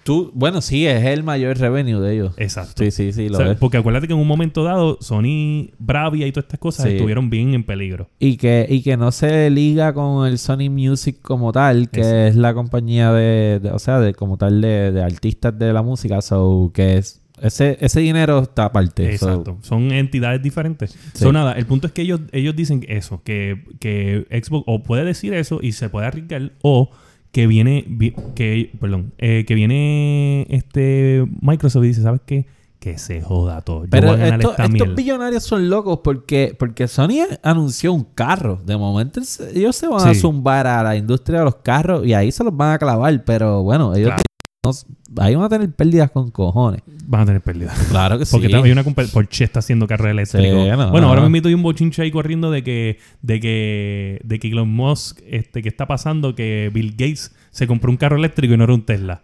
Speaker 1: Tú, bueno, sí, es el mayor revenue de ellos.
Speaker 2: Exacto.
Speaker 1: Sí, sí, sí, lo
Speaker 2: O sea,
Speaker 1: es.
Speaker 2: porque acuérdate que en un momento dado, Sony, Bravia y todas estas cosas
Speaker 1: Sí.
Speaker 2: estuvieron bien en peligro.
Speaker 1: Y que, y que no se liga con el Sony Music como tal, que
Speaker 2: Exacto.
Speaker 1: es la compañía de, de- o sea, de como tal de, de artistas de la música, so que es ese, ese dinero está aparte. so,
Speaker 2: Exacto. Son entidades diferentes. So, nada, el punto es que ellos, ellos dicen eso, que, que Xbox o puede decir eso y se puede arriesgar, o que viene, vi- que, perdón, eh, que viene este Microsoft y dice, ¿sabes qué? Que se joda todo. Yo
Speaker 1: Pero
Speaker 2: voy a ganar
Speaker 1: esto-
Speaker 2: esta
Speaker 1: estos
Speaker 2: mierda.
Speaker 1: billonarios son locos porque, porque Sony anunció un carro. De momento se- ellos se van a
Speaker 2: Sí.
Speaker 1: zumbar a la industria de los carros y ahí se los van a clavar, pero bueno, ellos
Speaker 2: Claro.
Speaker 1: no- ahí van a tener pérdidas con cojones.
Speaker 2: Van a tener pérdida.
Speaker 1: Claro que
Speaker 2: Porque
Speaker 1: sí.
Speaker 2: también hay una compa- Porsche está haciendo carro eléctrico.
Speaker 1: Sí, no,
Speaker 2: bueno,
Speaker 1: no.
Speaker 2: ahora me meto un bochinche ahí corriendo de que, de que, de que Elon Musk, este, que está pasando que Bill Gates se compró un carro eléctrico y no era un Tesla.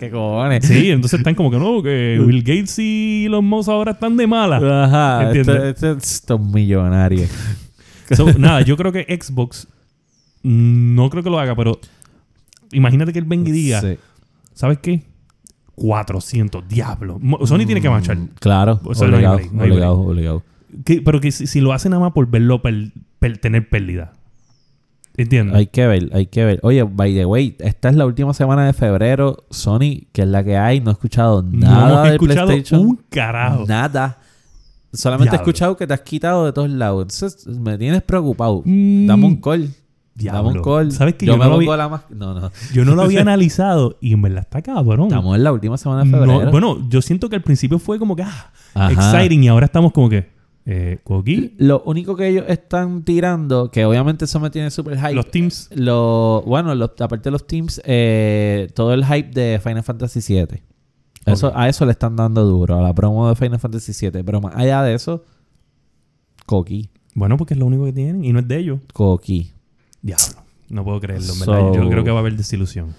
Speaker 1: ¿Qué cojones?
Speaker 2: Sí, entonces están como que no, que Bill Gates y los Musk ahora están de mala.
Speaker 1: Ajá,
Speaker 2: Entiendo.
Speaker 1: esto- esto- estos millonarios.
Speaker 2: So, nada, yo creo que Xbox mm, no creo que lo haga, pero imagínate que él venga y diga,
Speaker 1: Sí.
Speaker 2: ¿sabes qué? 400, diablo. Mo- Sony tiene que marchar.
Speaker 1: Mm, Claro,
Speaker 2: O sea, no hay
Speaker 1: obligado,
Speaker 2: break, no hay
Speaker 1: obligado, obligado.
Speaker 2: Que- pero que si, si lo hace nada más por verlo per- per- tener pérdida. ¿Entiendes?
Speaker 1: Hay que ver, hay que ver. Oye, by the way, esta es la última semana de febrero. Sony, que es la que hay, no he escuchado nada
Speaker 2: no hemos
Speaker 1: de
Speaker 2: escuchado
Speaker 1: PlayStation.
Speaker 2: un carajo.
Speaker 1: Nada. Solamente he
Speaker 2: Diablo.
Speaker 1: escuchado que te has quitado de todos lados. Entonces me tienes preocupado.
Speaker 2: Mm,
Speaker 1: Dame un call.
Speaker 2: diablo.
Speaker 1: Dame un call.
Speaker 2: ¿Sabes que
Speaker 1: yo,
Speaker 2: yo
Speaker 1: me
Speaker 2: no lo
Speaker 1: pongo
Speaker 2: vi-
Speaker 1: la más. No, no.
Speaker 2: Yo no lo había analizado y en verdad está cabrón.
Speaker 1: Estamos en la última semana de
Speaker 2: No,
Speaker 1: febrero.
Speaker 2: bueno, yo siento que al principio fue como que ah,
Speaker 1: Ajá.
Speaker 2: exciting y ahora estamos como que eh, Coqui,
Speaker 1: Lo único que ellos están tirando, que obviamente eso me tiene super hype.
Speaker 2: los teams.
Speaker 1: lo- bueno, los- aparte de los teams, eh, todo el hype de Final Fantasy VII. Eso,
Speaker 2: Ok.
Speaker 1: A eso le están dando duro, a la promo de Final Fantasy VII. Pero más allá de eso, Coqui.
Speaker 2: Bueno, porque es lo único que tienen y no es de ellos.
Speaker 1: Coqui.
Speaker 2: Diablo. No puedo creerlo, en
Speaker 1: So-
Speaker 2: verdad. Yo creo que va a haber desilusión.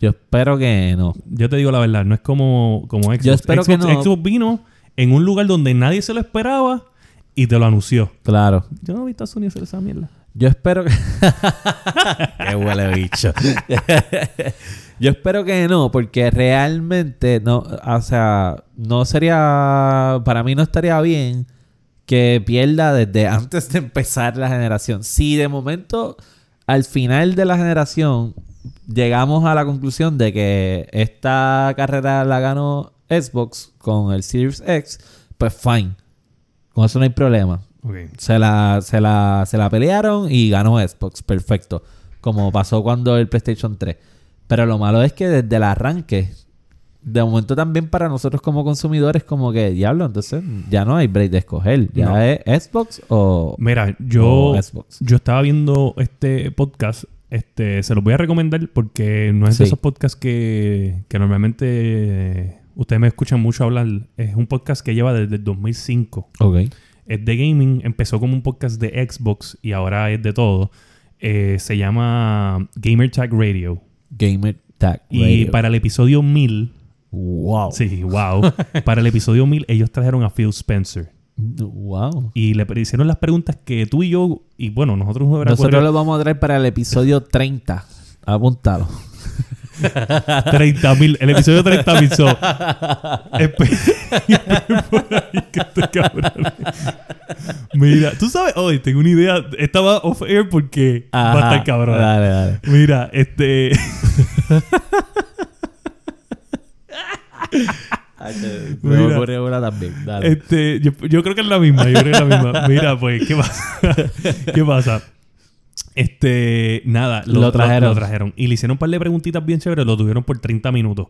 Speaker 1: Yo espero que no.
Speaker 2: Yo te digo la verdad, no es como, como Xbox.
Speaker 1: Yo espero
Speaker 2: Xbox,
Speaker 1: que no.
Speaker 2: Xbox vino en un lugar donde nadie se lo esperaba y te lo anunció.
Speaker 1: Claro.
Speaker 2: Yo no he visto a Sony hacer esa mierda.
Speaker 1: Yo espero que. Qué huele bicho. Yo espero que no, porque realmente no. O sea, no sería, para mí no estaría bien que pierda desde antes de empezar la generación. Si de momento, al final de la generación, llegamos a la conclusión de que esta carrera la ganó Xbox con el Series X, pues fine. Con eso no hay problema.
Speaker 2: Ok.
Speaker 1: Se la, se la, se la pelearon y ganó Xbox. Perfecto. Como pasó cuando el PlayStation 3. Pero lo malo es que desde el arranque, de momento también para nosotros como consumidores, como que diablo, entonces ya no hay break de escoger. Ya
Speaker 2: No.
Speaker 1: es Xbox o,
Speaker 2: Mira, yo,
Speaker 1: o Xbox.
Speaker 2: yo estaba viendo este podcast. Este, se los voy a recomendar porque no es de
Speaker 1: Sí.
Speaker 2: esos podcasts que, que normalmente eh, ustedes me escuchan mucho hablar. Es un podcast que lleva desde el 2005.
Speaker 1: Ok.
Speaker 2: Es de gaming. Empezó como un podcast de Xbox y ahora es de todo. Eh, se llama Gamer Tag Radio.
Speaker 1: Gamer Tag.
Speaker 2: Y
Speaker 1: Radio.
Speaker 2: para el episodio 1000,
Speaker 1: Wow.
Speaker 2: sí, wow. para el episodio 1000 ellos trajeron a Phil Spencer.
Speaker 1: Wow.
Speaker 2: Y le pre- hicieron las preguntas que tú y yo, y bueno, nosotros nos hubiera
Speaker 1: Nosotros lo
Speaker 2: ocurrido
Speaker 1: vamos a traer para el episodio 30. Apuntalo.
Speaker 2: 30.000, el episodio 30.000. So, espe- por ahí que estoy cabrón. Mira, tú sabes, hoy tengo una idea, estaba off air porque va a
Speaker 1: Ajá.
Speaker 2: estar cabrón.
Speaker 1: Dale, dale.
Speaker 2: Mira, este.
Speaker 1: Ah, Me
Speaker 2: Mira.
Speaker 1: ocurre una también. Dale.
Speaker 2: Este, yo, yo creo que es la misma, yo creo que es la misma. Mira, pues, ¿qué pasa? ¿Qué pasa? Este, nada, lo,
Speaker 1: Lo
Speaker 2: lo-
Speaker 1: trajeron.
Speaker 2: lo trajeron. Y le hicieron un par de preguntitas bien chéveres, lo tuvieron por 30 minutos.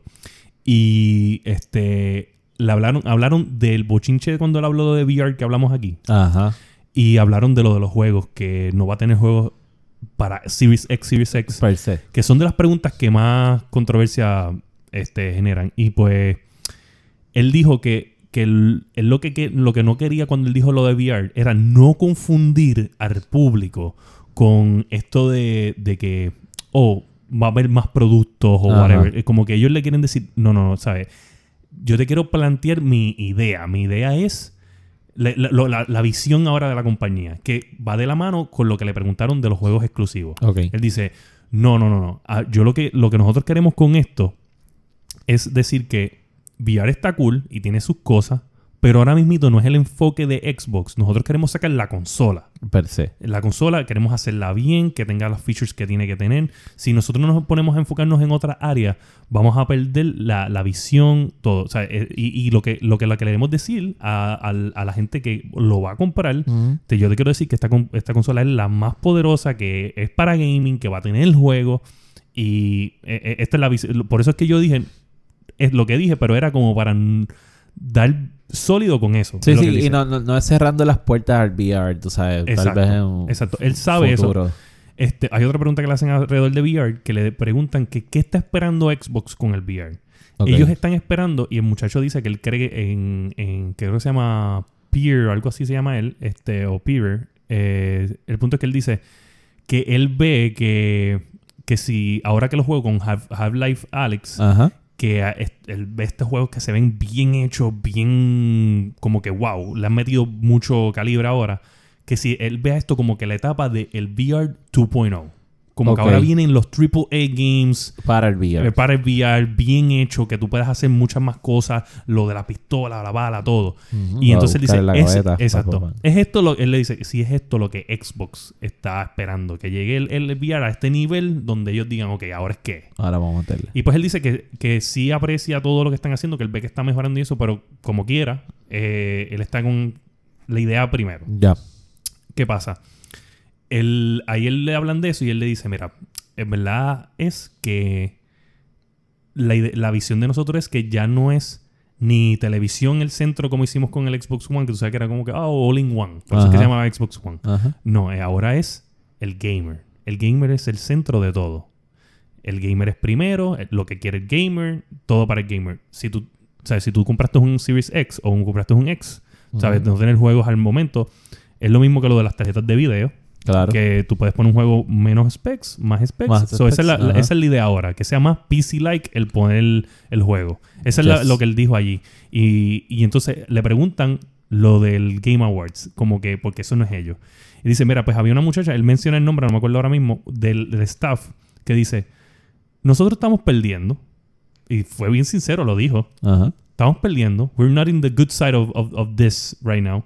Speaker 2: Y este, le hablaron, hablaron del bochinche de cuando él habló de VR que hablamos aquí.
Speaker 1: Ajá.
Speaker 2: Y hablaron de lo de los juegos, que no va a tener juegos para Series X, Series X
Speaker 1: Per se.
Speaker 2: que son de las preguntas que más controversia este, generan. Y pues él dijo que, que él, él lo, que, que- lo que no quería cuando él dijo lo de VR era no confundir al público con esto de, de que, oh, va a haber más productos o
Speaker 1: Ajá.
Speaker 2: whatever. Eh, Como que ellos le quieren decir, no, no, no, ¿sabes? Yo te quiero plantear mi idea. Mi idea es la, la- lo- la- la visión ahora de la compañía, que va de la mano con lo que le preguntaron de los juegos exclusivos.
Speaker 1: Ok.
Speaker 2: Él dice, no, no, no, no. Ah, Yo lo que, lo que nosotros queremos con esto es decir que VR está cool y tiene sus cosas, pero ahora mismito no es el enfoque de Xbox. Nosotros queremos sacar la consola.
Speaker 1: Per se.
Speaker 2: La consola queremos hacerla bien, que tenga las features que tiene que tener. Si nosotros no nos ponemos a enfocarnos en otra área, vamos a perder la, la visión, todo. O sea, eh, y, y lo que lo que le queremos decir a, al- a la gente que lo va a comprar te- yo te quiero decir que esta, con- esta consola es la más poderosa, que es para gaming, que va a tener el juego. Y eh, eh, esta es la vis- Por eso es que yo dije, es lo que dije, pero era como para n- dar sólido con eso.
Speaker 1: Sí,
Speaker 2: es lo que él
Speaker 1: sí, y
Speaker 2: dice.
Speaker 1: no, no, no es cerrando las puertas al VR, tú sabes.
Speaker 2: Exacto,
Speaker 1: Tal vez en un
Speaker 2: exacto. Él sabe eso.
Speaker 1: futuro.
Speaker 2: Este, hay otra pregunta que le hacen alrededor de VR, que le preguntan que qué está esperando Xbox con el VR.
Speaker 1: Ok.
Speaker 2: Ellos están esperando, y el muchacho dice que él cree en, en que creo que se llama Peer, o algo así se llama él, este, o Peer. Eh, el punto es que él dice que él ve que, que si ahora que lo juego con Half- Half-Life Alex,
Speaker 1: Ajá.
Speaker 2: que a- es- él ve estos juegos que se ven bien hechos, bien como que wow, le han metido mucho calibre ahora. Que si él vea esto como que la etapa del el VR 2.0. oh, Como
Speaker 1: Ok.
Speaker 2: que ahora vienen los AAA games,
Speaker 1: Para el VR.
Speaker 2: eh, para el VR bien hecho, que tú puedes hacer muchas más cosas, lo de la pistola, la bala, todo.
Speaker 1: Ujú,
Speaker 2: Y
Speaker 1: para
Speaker 2: entonces él dice,
Speaker 1: buscar en la
Speaker 2: "Es-
Speaker 1: gaveta, pa,
Speaker 2: exacto,
Speaker 1: pa, pa.
Speaker 2: es esto lo, él le dice, si es esto lo que Xbox está esperando, que llegue el, el VR a este nivel donde ellos digan, ok, ahora es qué.
Speaker 1: Ahora vamos a meterle.
Speaker 2: Y pues él dice que, que sí aprecia todo lo que están haciendo, que él ve que está mejorando y eso, pero como quiera, eh, él está con la idea primero.
Speaker 1: Ya.
Speaker 2: ¿Qué pasa? Él, ahí él le hablan de eso y él le dice, mira, en verdad es que la, ide- la visión de nosotros es que ya no es ni televisión el centro como hicimos con el Xbox One, que tú sabes que era como que, ah, all in one. Por eso es que
Speaker 1: Ajá.
Speaker 2: se llamaba Xbox One.
Speaker 1: Ajá.
Speaker 2: No, eh, ahora es el gamer. El gamer es el centro de todo. El gamer es primero, eh, lo que quiere el gamer, todo para el gamer. Si tú, ¿sabes? si tú compraste un Series X o un, compraste un X, ¿sabes?
Speaker 1: Ujú.
Speaker 2: No tener juegos al momento. Es lo mismo que lo de las tarjetas de video,
Speaker 1: Claro.
Speaker 2: que tú puedes poner un juego menos specs, más specs.
Speaker 1: Más
Speaker 2: So, esa, es la,
Speaker 1: specs,
Speaker 2: la-
Speaker 1: ajá.
Speaker 2: esa es la idea ahora, que sea más PC-like el poner el juego. Eso es la-
Speaker 1: Yes.
Speaker 2: lo que él dijo allí. Y, y entonces le preguntan lo del Game Awards, como que, porque eso no es ellos. Y dice, mira, pues había una muchacha, él menciona el nombre, no me acuerdo ahora mismo, del, del staff, que dice, nosotros estamos perdiendo. Y fue bien sincero, lo dijo.
Speaker 1: Ajá.
Speaker 2: estamos perdiendo. We're not in the good side of, of, of this right now.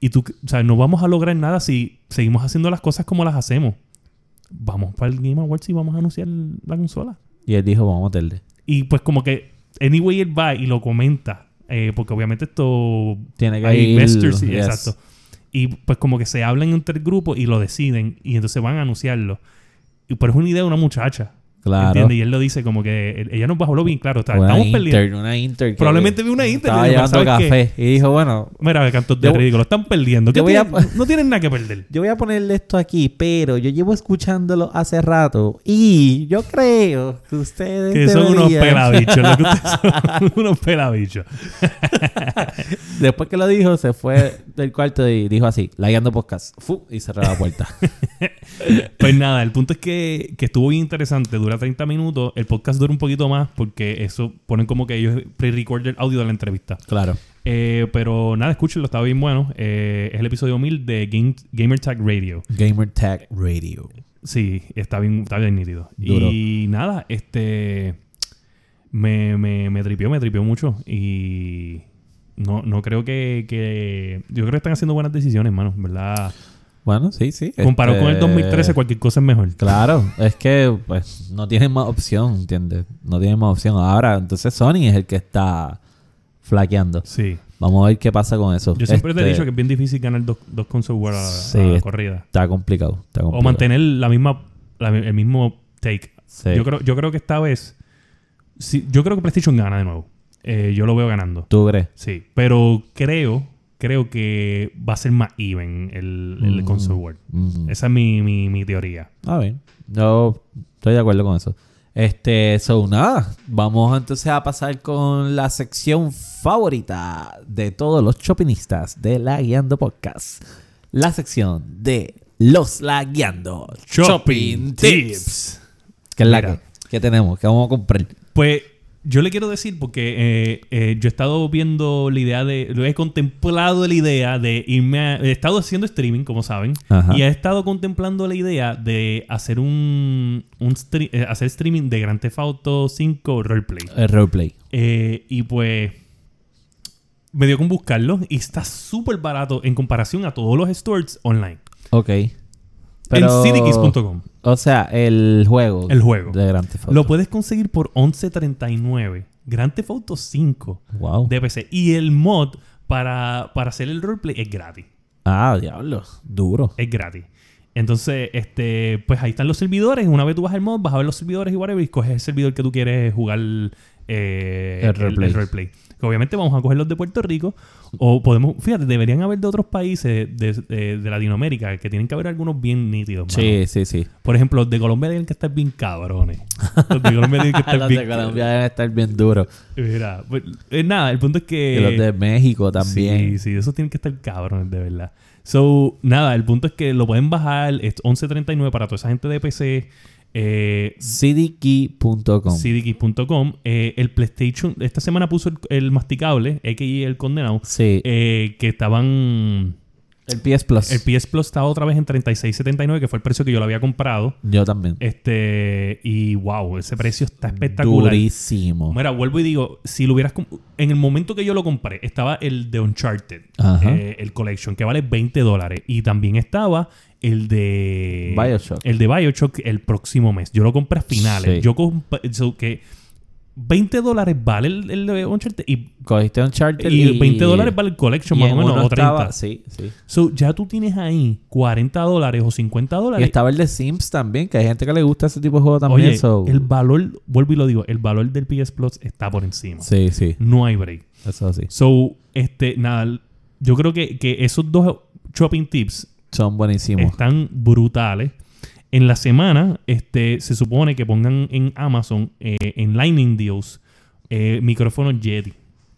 Speaker 2: Y tú, o sea, no vamos a lograr nada si seguimos haciendo las cosas como las hacemos. Vamos para el Game Awards y vamos a anunciar la consola.
Speaker 1: Y él dijo, vamos a meterle.
Speaker 2: Y pues como que, anyway, él va y lo comenta. eh, porque obviamente esto...
Speaker 1: Tiene que
Speaker 2: hay
Speaker 1: ir-
Speaker 2: investors, sí,
Speaker 1: yes.
Speaker 2: exacto. Y pues como que se hablan entre el grupo y lo deciden. Y entonces van a anunciarlo. Y, pero es una idea de una muchacha.
Speaker 1: Claro.
Speaker 2: ¿Entiendes? Y él lo dice como que... él- Ella nos bajó bien claro. está-
Speaker 1: Una
Speaker 2: estamos
Speaker 1: Inter,
Speaker 2: perdiendo.
Speaker 1: una Inter. que
Speaker 2: Probablemente vi una Inter.
Speaker 1: Estaba
Speaker 2: y dijo,
Speaker 1: llevando
Speaker 2: "¿Sabes qué?
Speaker 1: café. Y dijo, bueno,
Speaker 2: Mira, cantos de
Speaker 1: Yo-
Speaker 2: ridículo. Están perdiendo. ¿Qué
Speaker 1: yo voy a-
Speaker 2: tienen? No tienen nada que perder.
Speaker 1: yo voy a ponerle esto aquí, pero yo llevo escuchándolo hace rato. Y yo creo que ustedes.
Speaker 2: Que son unos
Speaker 1: deberían-
Speaker 2: pelabichos. lo que ustedes son, unos pelabichos.
Speaker 1: Después que lo dijo, se fue del cuarto y dijo así: Layando podcast. Fu, y cerró la puerta.
Speaker 2: Pues nada, el punto es que, que estuvo bien interesante. Dura 30 minutos. El podcast dura un poquito más porque eso ponen como que ellos pre-recorded audio de la entrevista.
Speaker 1: claro.
Speaker 2: Eh, pero nada, escúchenlo. Está bien bueno. Eh, es el episodio 1000 de Game, Gamer Tag Radio.
Speaker 1: Gamer Tag Radio.
Speaker 2: Sí, está bien, está bien nítido.
Speaker 1: Duro.
Speaker 2: Y nada, este. Me, me, me tripió, me tripió mucho. Y. No, no creo que, que- Yo creo que están haciendo buenas decisiones, mano, en ¿verdad?
Speaker 1: Bueno, sí, sí.
Speaker 2: Comparado
Speaker 1: este,
Speaker 2: con el 2013, cualquier cosa es mejor.
Speaker 1: Claro, es que pues no tienen más opción, ¿entiendes? No tienen más opción. Ahora, entonces Sony es el que está flaqueando.
Speaker 2: Sí.
Speaker 1: Vamos a ver qué pasa con eso.
Speaker 2: Yo siempre te he
Speaker 1: Este,
Speaker 2: dicho que es bien difícil ganar dos, dos console wars a, la- a
Speaker 1: Sí,
Speaker 2: la
Speaker 1: es-
Speaker 2: corrida.
Speaker 1: Está complicado. Está complicado.
Speaker 2: O mantener la misma, la- el mismo take.
Speaker 1: Sí.
Speaker 2: Yo, creo, yo creo que esta vez. sí, yo creo que PlayStation gana de nuevo. Eh, yo lo veo ganando.
Speaker 1: ¿Tú crees?
Speaker 2: Sí, pero creo, creo que va a ser más even el, el
Speaker 1: Mm.
Speaker 2: console war.
Speaker 1: Ujú.
Speaker 2: Esa es mi, mi, mi teoría.
Speaker 1: Ah, bien. Yo estoy de acuerdo con eso. Este, so nada. Vamos entonces a pasar con la sección favorita de todos los chopinistas de La Guiando Podcast. La sección de los La Guiando Shopping Tips. ¿Qué es la
Speaker 2: Mira.
Speaker 1: que, que tenemos? ¿Qué vamos a comprar?
Speaker 2: Pues yo le quiero decir, porque eh, eh, yo he estado viendo la idea de. Lo he contemplado la idea de irme a- He estado haciendo streaming, como saben.
Speaker 1: Ajá.
Speaker 2: Y he estado contemplando la idea de hacer un. un stre- eh, hacer streaming de Grand Theft Auto 5 Roleplay.
Speaker 1: El roleplay.
Speaker 2: Eh, y pues me dio con buscarlo y está súper barato en comparación a todos los stores online.
Speaker 1: Ok. Pero,
Speaker 2: En cdkeys.com.
Speaker 1: O sea, el juego.
Speaker 2: El juego.
Speaker 1: De Grand Theft Auto.
Speaker 2: Lo puedes conseguir por 11.39. Grand Theft Auto 5
Speaker 1: Wow.
Speaker 2: de PC. Y el mod para, para hacer el roleplay es gratis.
Speaker 1: Ah, diablo. Duro.
Speaker 2: Es gratis. Entonces, este, pues ahí están los servidores. Una vez tú vas al mod, vas a ver los servidores y whatever, y coges el servidor que tú quieres jugar eh,
Speaker 1: El roleplay.
Speaker 2: Que obviamente vamos a coger los de Puerto Rico. O podemos, fíjate, deberían haber de otros países de, de- de Latinoamérica, que tienen que haber algunos bien nítidos. mano.
Speaker 1: Sí, sí, sí.
Speaker 2: Por ejemplo, los de Colombia tienen que estar bien cabrones. Los de Colombia tienen que estar
Speaker 1: Ah, los de
Speaker 2: bien
Speaker 1: Colombia deben estar bien duros.
Speaker 2: Mira, pues, eh, nada, el punto es que.
Speaker 1: y los de México también.
Speaker 2: Sí, sí, esos tienen que estar cabrones, de verdad. So, nada, el punto es que lo pueden bajar. Es 11.39 para toda esa gente de PC. Eh,
Speaker 1: CDKey.com.
Speaker 2: cdx.com. Eh, el PlayStation, esta semana puso el, el masticable, XI el condenado,
Speaker 1: Sí.
Speaker 2: eh, que estaban.
Speaker 1: el PS Plus.
Speaker 2: El PS Plus estaba otra vez en 36.79, que fue el precio que yo lo había comprado.
Speaker 1: Yo también.
Speaker 2: Este, y wow, ese precio está espectacular.
Speaker 1: Durísimo.
Speaker 2: Pues Mira, vuelvo y digo, si lo hubieras... com- En el momento que yo lo compré, estaba el de Uncharted,
Speaker 1: Ajá.
Speaker 2: eh, el Collection, que vale 20 dólares. Y también estaba el de...
Speaker 1: Bioshock.
Speaker 2: El de Bioshock el próximo mes. Yo lo compré a finales.
Speaker 1: Sí.
Speaker 2: Yo compré... so que 20 dólares vale el, el de Uncharted y,
Speaker 1: Cogiste un charter
Speaker 2: y 20 dólares vale el Collection, más o menos, o 30.
Speaker 1: sí, sí.
Speaker 2: So, ya tú tienes ahí 40 dólares o 50
Speaker 1: Y
Speaker 2: dólares.
Speaker 1: estaba el de Sims también, que hay gente que le gusta ese tipo de juego también.
Speaker 2: Oye,
Speaker 1: so-
Speaker 2: el valor... Vuelvo y lo digo, el valor del PS Plus está por encima.
Speaker 1: Sí, sí.
Speaker 2: No hay break.
Speaker 1: Eso sí.
Speaker 2: So, este, nada, yo creo que, que esos dos shopping tips
Speaker 1: Son buenísimos.
Speaker 2: están brutales. En la semana, este, se supone que pongan en Amazon, eh, en Lightning Deals, eh, micrófonos Yeti.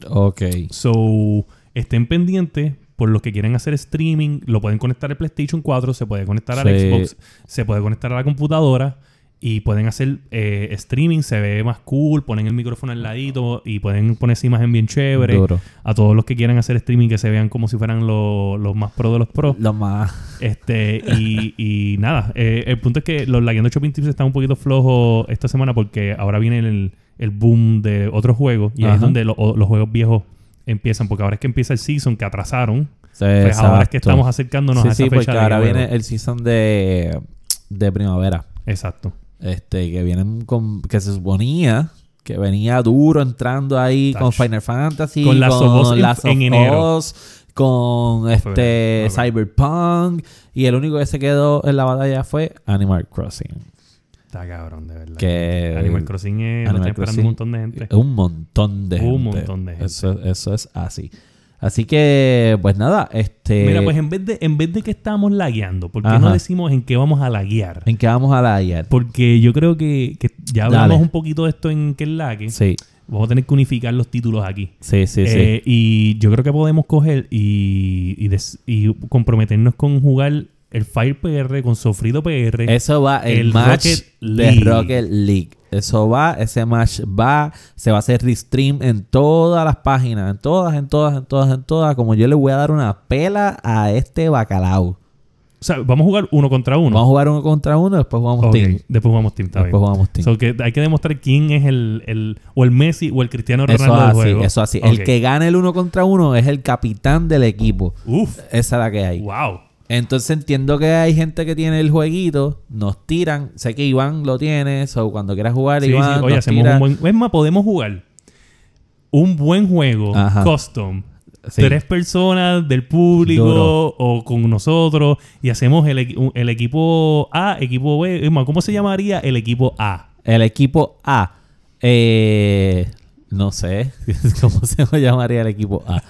Speaker 1: Ok.
Speaker 2: So, estén pendientes por los que quieran hacer streaming. Lo pueden conectar al PlayStation 4, se puede conectar al
Speaker 1: Sí.
Speaker 2: Xbox, se puede conectar a la computadora y pueden hacer eh, streaming. Se ve más cool, ponen el micrófono al ladito y pueden poner esa imagen bien chévere
Speaker 1: Duro.
Speaker 2: a todos los que quieran hacer streaming que se vean como si fueran lo- los más pro de los pros.
Speaker 1: Lo más.
Speaker 2: Este, y, y nada, eh, el punto es que los Lagueando Shopping Tips están un poquito flojos esta semana porque ahora viene el, el boom de otros juegos. Y ahí es
Speaker 1: Ajá.
Speaker 2: donde lo- o- los juegos viejos empiezan. Porque ahora es que empieza el season que atrasaron.
Speaker 1: Sí,
Speaker 2: Pues ahora es que
Speaker 1: exacto.
Speaker 2: estamos acercándonos
Speaker 1: Sí,
Speaker 2: a
Speaker 1: sí,
Speaker 2: esa fecha
Speaker 1: porque
Speaker 2: de
Speaker 1: ahora
Speaker 2: juego.
Speaker 1: viene el season de, de primavera.
Speaker 2: Exacto.
Speaker 1: Este, que vienen con. que se suponía que venía duro entrando ahí
Speaker 2: Tach.
Speaker 1: con Final Fantasy,
Speaker 2: Con Last of Us en-
Speaker 1: Last of
Speaker 2: en enero.
Speaker 1: Us, con este
Speaker 2: febrero.
Speaker 1: Cyberpunk. Y el único que se quedó en la batalla fue Animal Crossing.
Speaker 2: Está cabrón, de verdad.
Speaker 1: Que
Speaker 2: Animal Crossing es, lo
Speaker 1: Animal
Speaker 2: está esperando
Speaker 1: Crossing.
Speaker 2: un montón de gente.
Speaker 1: Un montón de
Speaker 2: Un
Speaker 1: gente.
Speaker 2: montón de gente.
Speaker 1: Eso, eso es así. Así que, pues nada, este.
Speaker 2: Mira, pues en vez de, en vez de que estamos lagueando, ¿por qué no
Speaker 1: Ajá.
Speaker 2: decimos en qué vamos a laguear?
Speaker 1: ¿En qué vamos a la IAR?
Speaker 2: Porque yo creo que, que ya hablamos
Speaker 1: Dale.
Speaker 2: un poquito de esto en que lague.
Speaker 1: Sí,
Speaker 2: Vamos a tener que unificar los títulos aquí.
Speaker 1: sí, sí, sí.
Speaker 2: Eh, Y yo creo que podemos coger y, y, des- y comprometernos con jugar el Fire PR con Sofrido PR.
Speaker 1: Eso va el,
Speaker 2: el
Speaker 1: match
Speaker 2: Rocket League.
Speaker 1: de Rocket League. Eso va, ese match va, se va a hacer restream en todas las páginas, en todas, en todas, en todas, en todas. Como yo le voy a dar una pela a este bacalao.
Speaker 2: O sea, vamos a jugar uno contra
Speaker 1: Vamos a
Speaker 2: uno.
Speaker 1: jugar uno contra uno, después jugamos
Speaker 2: Ok,
Speaker 1: team.
Speaker 2: Después jugamos team, está
Speaker 1: Después
Speaker 2: bien.
Speaker 1: jugamos team.
Speaker 2: So, que hay que demostrar quién es el, el- o el Messi o el Cristiano
Speaker 1: eso
Speaker 2: Ronaldo del
Speaker 1: así,
Speaker 2: juego.
Speaker 1: eso así. El
Speaker 2: Ok.
Speaker 1: que gane el uno contra uno es el capitán del equipo.
Speaker 2: Uf,
Speaker 1: Esa es la que hay.
Speaker 2: wow.
Speaker 1: Entonces entiendo que hay gente que tiene el jueguito, nos tiran. Sé que Iván lo tiene, o cuando quieras jugar,
Speaker 2: Sí, sí,
Speaker 1: Iván.
Speaker 2: Oye,
Speaker 1: nos
Speaker 2: hacemos
Speaker 1: tira.
Speaker 2: un buen... Es más, podemos jugar un buen juego
Speaker 1: Ajá.
Speaker 2: custom.
Speaker 1: Sí.
Speaker 2: Tres personas del público
Speaker 1: Duro.
Speaker 2: o con nosotros y hacemos el, equi- un- el equipo A, equipo B. Es más, ¿Cómo se llamaría el equipo A?
Speaker 1: El equipo A. Eh, no sé cómo se lo llamaría el equipo A.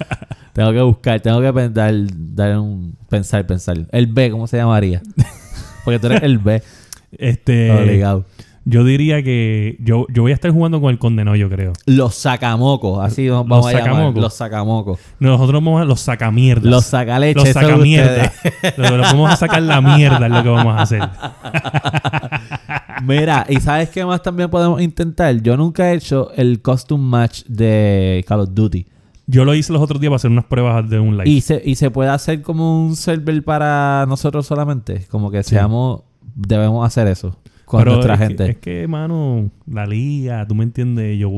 Speaker 1: tengo que buscar, tengo que pensar, dar un, pensar, pensar. El B, ¿cómo se llamaría? Porque tú eres el B.
Speaker 2: Este,
Speaker 1: Obligado.
Speaker 2: yo diría que yo, yo voy a estar jugando con el condenado, yo creo.
Speaker 1: Los sacamocos, así nos
Speaker 2: Los
Speaker 1: vamos a llamar.
Speaker 2: sacamocos.
Speaker 1: Los sacamocos.
Speaker 2: Nosotros vamos a los sacamierdas.
Speaker 1: Los sacaleches.
Speaker 2: los
Speaker 1: eso es
Speaker 2: sacamierdas. Lo- lo vamos a sacar la mierda es lo que vamos a hacer.
Speaker 1: ustedes. Mira, ¿y sabes qué más también podemos intentar? Yo nunca he hecho el costume match de Call of Duty.
Speaker 2: Yo lo hice los otros días para hacer unas pruebas de un live.
Speaker 1: Y se, y se puede hacer como un server para nosotros solamente. Como que seamos, debemos hacer eso con
Speaker 2: Pero
Speaker 1: nuestra
Speaker 2: es que-
Speaker 1: gente.
Speaker 2: es que, mano, la liga, tú me entiendes, yo...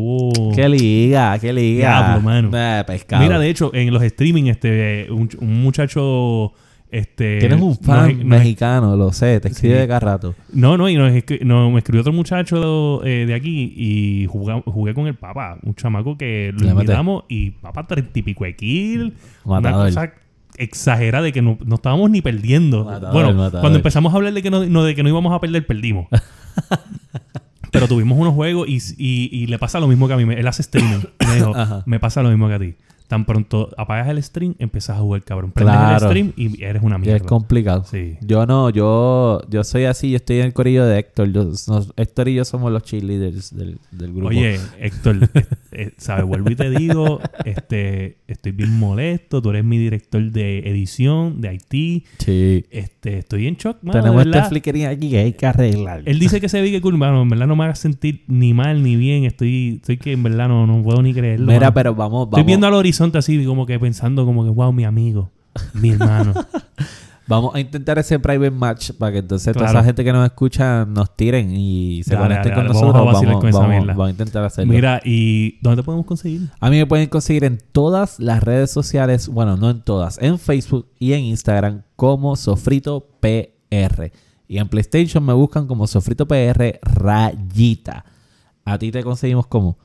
Speaker 1: ¡Qué liga! ¡Qué liga!
Speaker 2: Diablo, mano.
Speaker 1: Eh, pescado.
Speaker 2: Mira, de hecho, en los streaming, este, un, ch- un muchacho, este...
Speaker 1: Tienes un fan
Speaker 2: nos- nos-
Speaker 1: mexicano, lo sé, te escribe de cada rato.
Speaker 2: No, no, y nos escri- no, me escribió otro muchacho eh, de aquí y jugá- jugué con el papá, un chamaco que lo
Speaker 1: Le mete.
Speaker 2: invitamos y papá treinta y pico de kill,
Speaker 1: Matador.
Speaker 2: una cosa exagerada de que no, no estábamos ni perdiendo.
Speaker 1: Matador,
Speaker 2: bueno,
Speaker 1: matador.
Speaker 2: cuando empezamos a hablar de que no, no- de que no íbamos a perder, perdimos. Pero tuvimos unos juegos y, y- y le pasa lo mismo que a mí. Me- Él hace streaming. Y me dijo,
Speaker 1: Ajá.
Speaker 2: me pasa lo mismo que a ti. Tan pronto apagas el stream, empiezas a jugar, cabrón. Prendes
Speaker 1: Claro.
Speaker 2: el stream y eres una
Speaker 1: Y es
Speaker 2: Ah, mierda.
Speaker 1: complicado.
Speaker 2: Sí.
Speaker 1: Yo no, yo, yo soy así, yo estoy en el corillo de Héctor. Yo- nos- Héctor y yo somos los cheerleaders del, del grupo.
Speaker 2: Oye, Héctor, eh, eh, ¿sabes? Vuelvo y te digo, este, estoy bien molesto, tú eres mi director de edición de Haití,
Speaker 1: sí.
Speaker 2: este, estoy en shock, mano, de
Speaker 1: Tenemos
Speaker 2: verdad.
Speaker 1: este flickering aquí que hay que arreglar.
Speaker 2: Él dice que se ve que cool, mano, en verdad no me hagas sentir ni mal ni bien, estoy, estoy que en verdad no, no puedo ni creerlo.
Speaker 1: Mira,
Speaker 2: mano.
Speaker 1: pero vamos,
Speaker 2: estoy
Speaker 1: vamos.
Speaker 2: viendo al horizonte así, como que pensando como que, wow, mi amigo, mi hermano.
Speaker 1: Vamos a intentar ese private match para que entonces toda
Speaker 2: Claro.
Speaker 1: esa gente que nos escucha nos tiren y se
Speaker 2: Dale,
Speaker 1: conecten
Speaker 2: dale,
Speaker 1: con
Speaker 2: dale. Vamos a
Speaker 1: nosotros. Vamos,
Speaker 2: vacilar con esa
Speaker 1: vamos-
Speaker 2: mierda.
Speaker 1: vamos a intentar hacerlo.
Speaker 2: Mira, ¿y dónde te podemos conseguir?
Speaker 1: A mí me pueden conseguir en todas las redes sociales, bueno, no en todas, en Facebook y en Instagram como Sofrito PR. Y en PlayStation me buscan como Sofrito PR rayita. A ti te conseguimos como.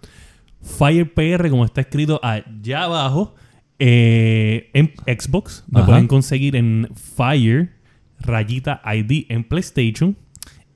Speaker 2: FirePR, como está escrito allá abajo, eh, en Xbox. Me
Speaker 1: Ajá.
Speaker 2: pueden conseguir en Fire, rayita ID en PlayStation.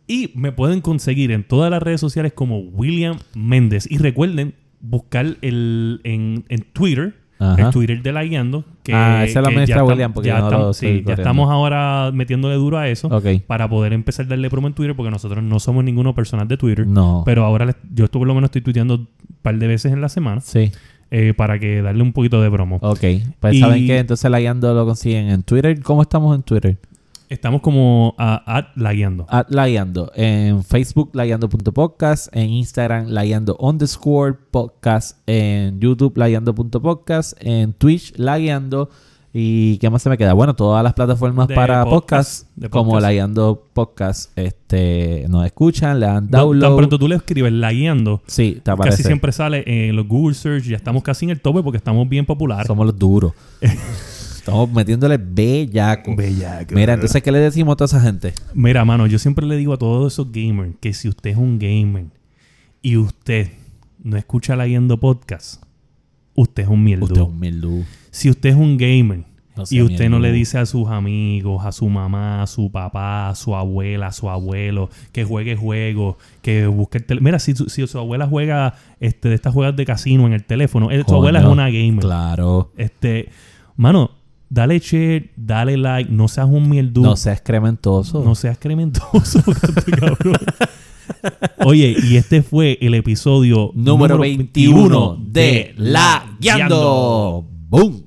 Speaker 2: Y me pueden conseguir en todas las redes sociales como William Méndez. Y recuerden buscar el, en, en Twitter,
Speaker 1: Ajá.
Speaker 2: el Twitter de la guiando. Que,
Speaker 1: Ah, esa la
Speaker 2: que
Speaker 1: administra
Speaker 2: ya
Speaker 1: William,
Speaker 2: estamos-
Speaker 1: porque
Speaker 2: ya
Speaker 1: yo no lo
Speaker 2: estamos-
Speaker 1: estoy
Speaker 2: sí, ya
Speaker 1: corriendo.
Speaker 2: estamos ahora metiéndole duro a eso.
Speaker 1: Ok.
Speaker 2: Para poder empezar a darle promo en Twitter, porque nosotros no somos ninguno personal de Twitter.
Speaker 1: No.
Speaker 2: Pero ahora les- yo esto por lo menos estoy tuiteando un par de veces en la semana
Speaker 1: Sí.
Speaker 2: eh, para que darle un poquito de promo.
Speaker 1: Ok. Pues
Speaker 2: Y-
Speaker 1: saben que entonces la guiando lo consiguen en Twitter. ¿Cómo estamos en Twitter?
Speaker 2: Estamos como a, a lagueando.
Speaker 1: at Layando. En Facebook, layando.podcast. En Instagram, layando underscore podcast. En YouTube, layando.podcast. En Twitch, layando. ¿Y qué más se me queda? Bueno, todas las plataformas
Speaker 2: De
Speaker 1: para podcast,
Speaker 2: podcast, de
Speaker 1: como
Speaker 2: podcast.
Speaker 1: la guiando podcast, este, nos escuchan, le dan
Speaker 2: Tan
Speaker 1: download.
Speaker 2: pronto tú le escribes la guiando.
Speaker 1: sí, te aparece.
Speaker 2: Casi siempre sale en los Google Search. Ya estamos casi en el tope porque estamos bien populares.
Speaker 1: Somos los duros. Estamos metiéndole bellaco.
Speaker 2: Bellaco.
Speaker 1: Mira, entonces, ¿qué le decimos a toda esa gente?
Speaker 2: Mira, mano, yo siempre le digo a todos esos gamers que si usted es un gamer y usted no escucha la Yendo Podcast, usted es un mierdudo.
Speaker 1: Usted es un mildú.
Speaker 2: Si usted es un gamer
Speaker 1: No sea
Speaker 2: y usted no le
Speaker 1: mierdudo.
Speaker 2: dice a sus amigos, a su mamá, a su papá, a su abuela, a su abuelo, que juegue juegos, que busque el teléfono. Mira, si, su- si su abuela juega este, de estas juegas de casino en el teléfono, eh, su
Speaker 1: Coño,
Speaker 2: abuela es una gamer.
Speaker 1: Claro.
Speaker 2: Este, mano, dale share, dale like, no seas un mierdudo.
Speaker 1: No seas crementoso.
Speaker 2: No seas crementoso, canto, cabrón. Oye, y este fue el episodio
Speaker 1: Número 21 de La Guiando. ¡Boom!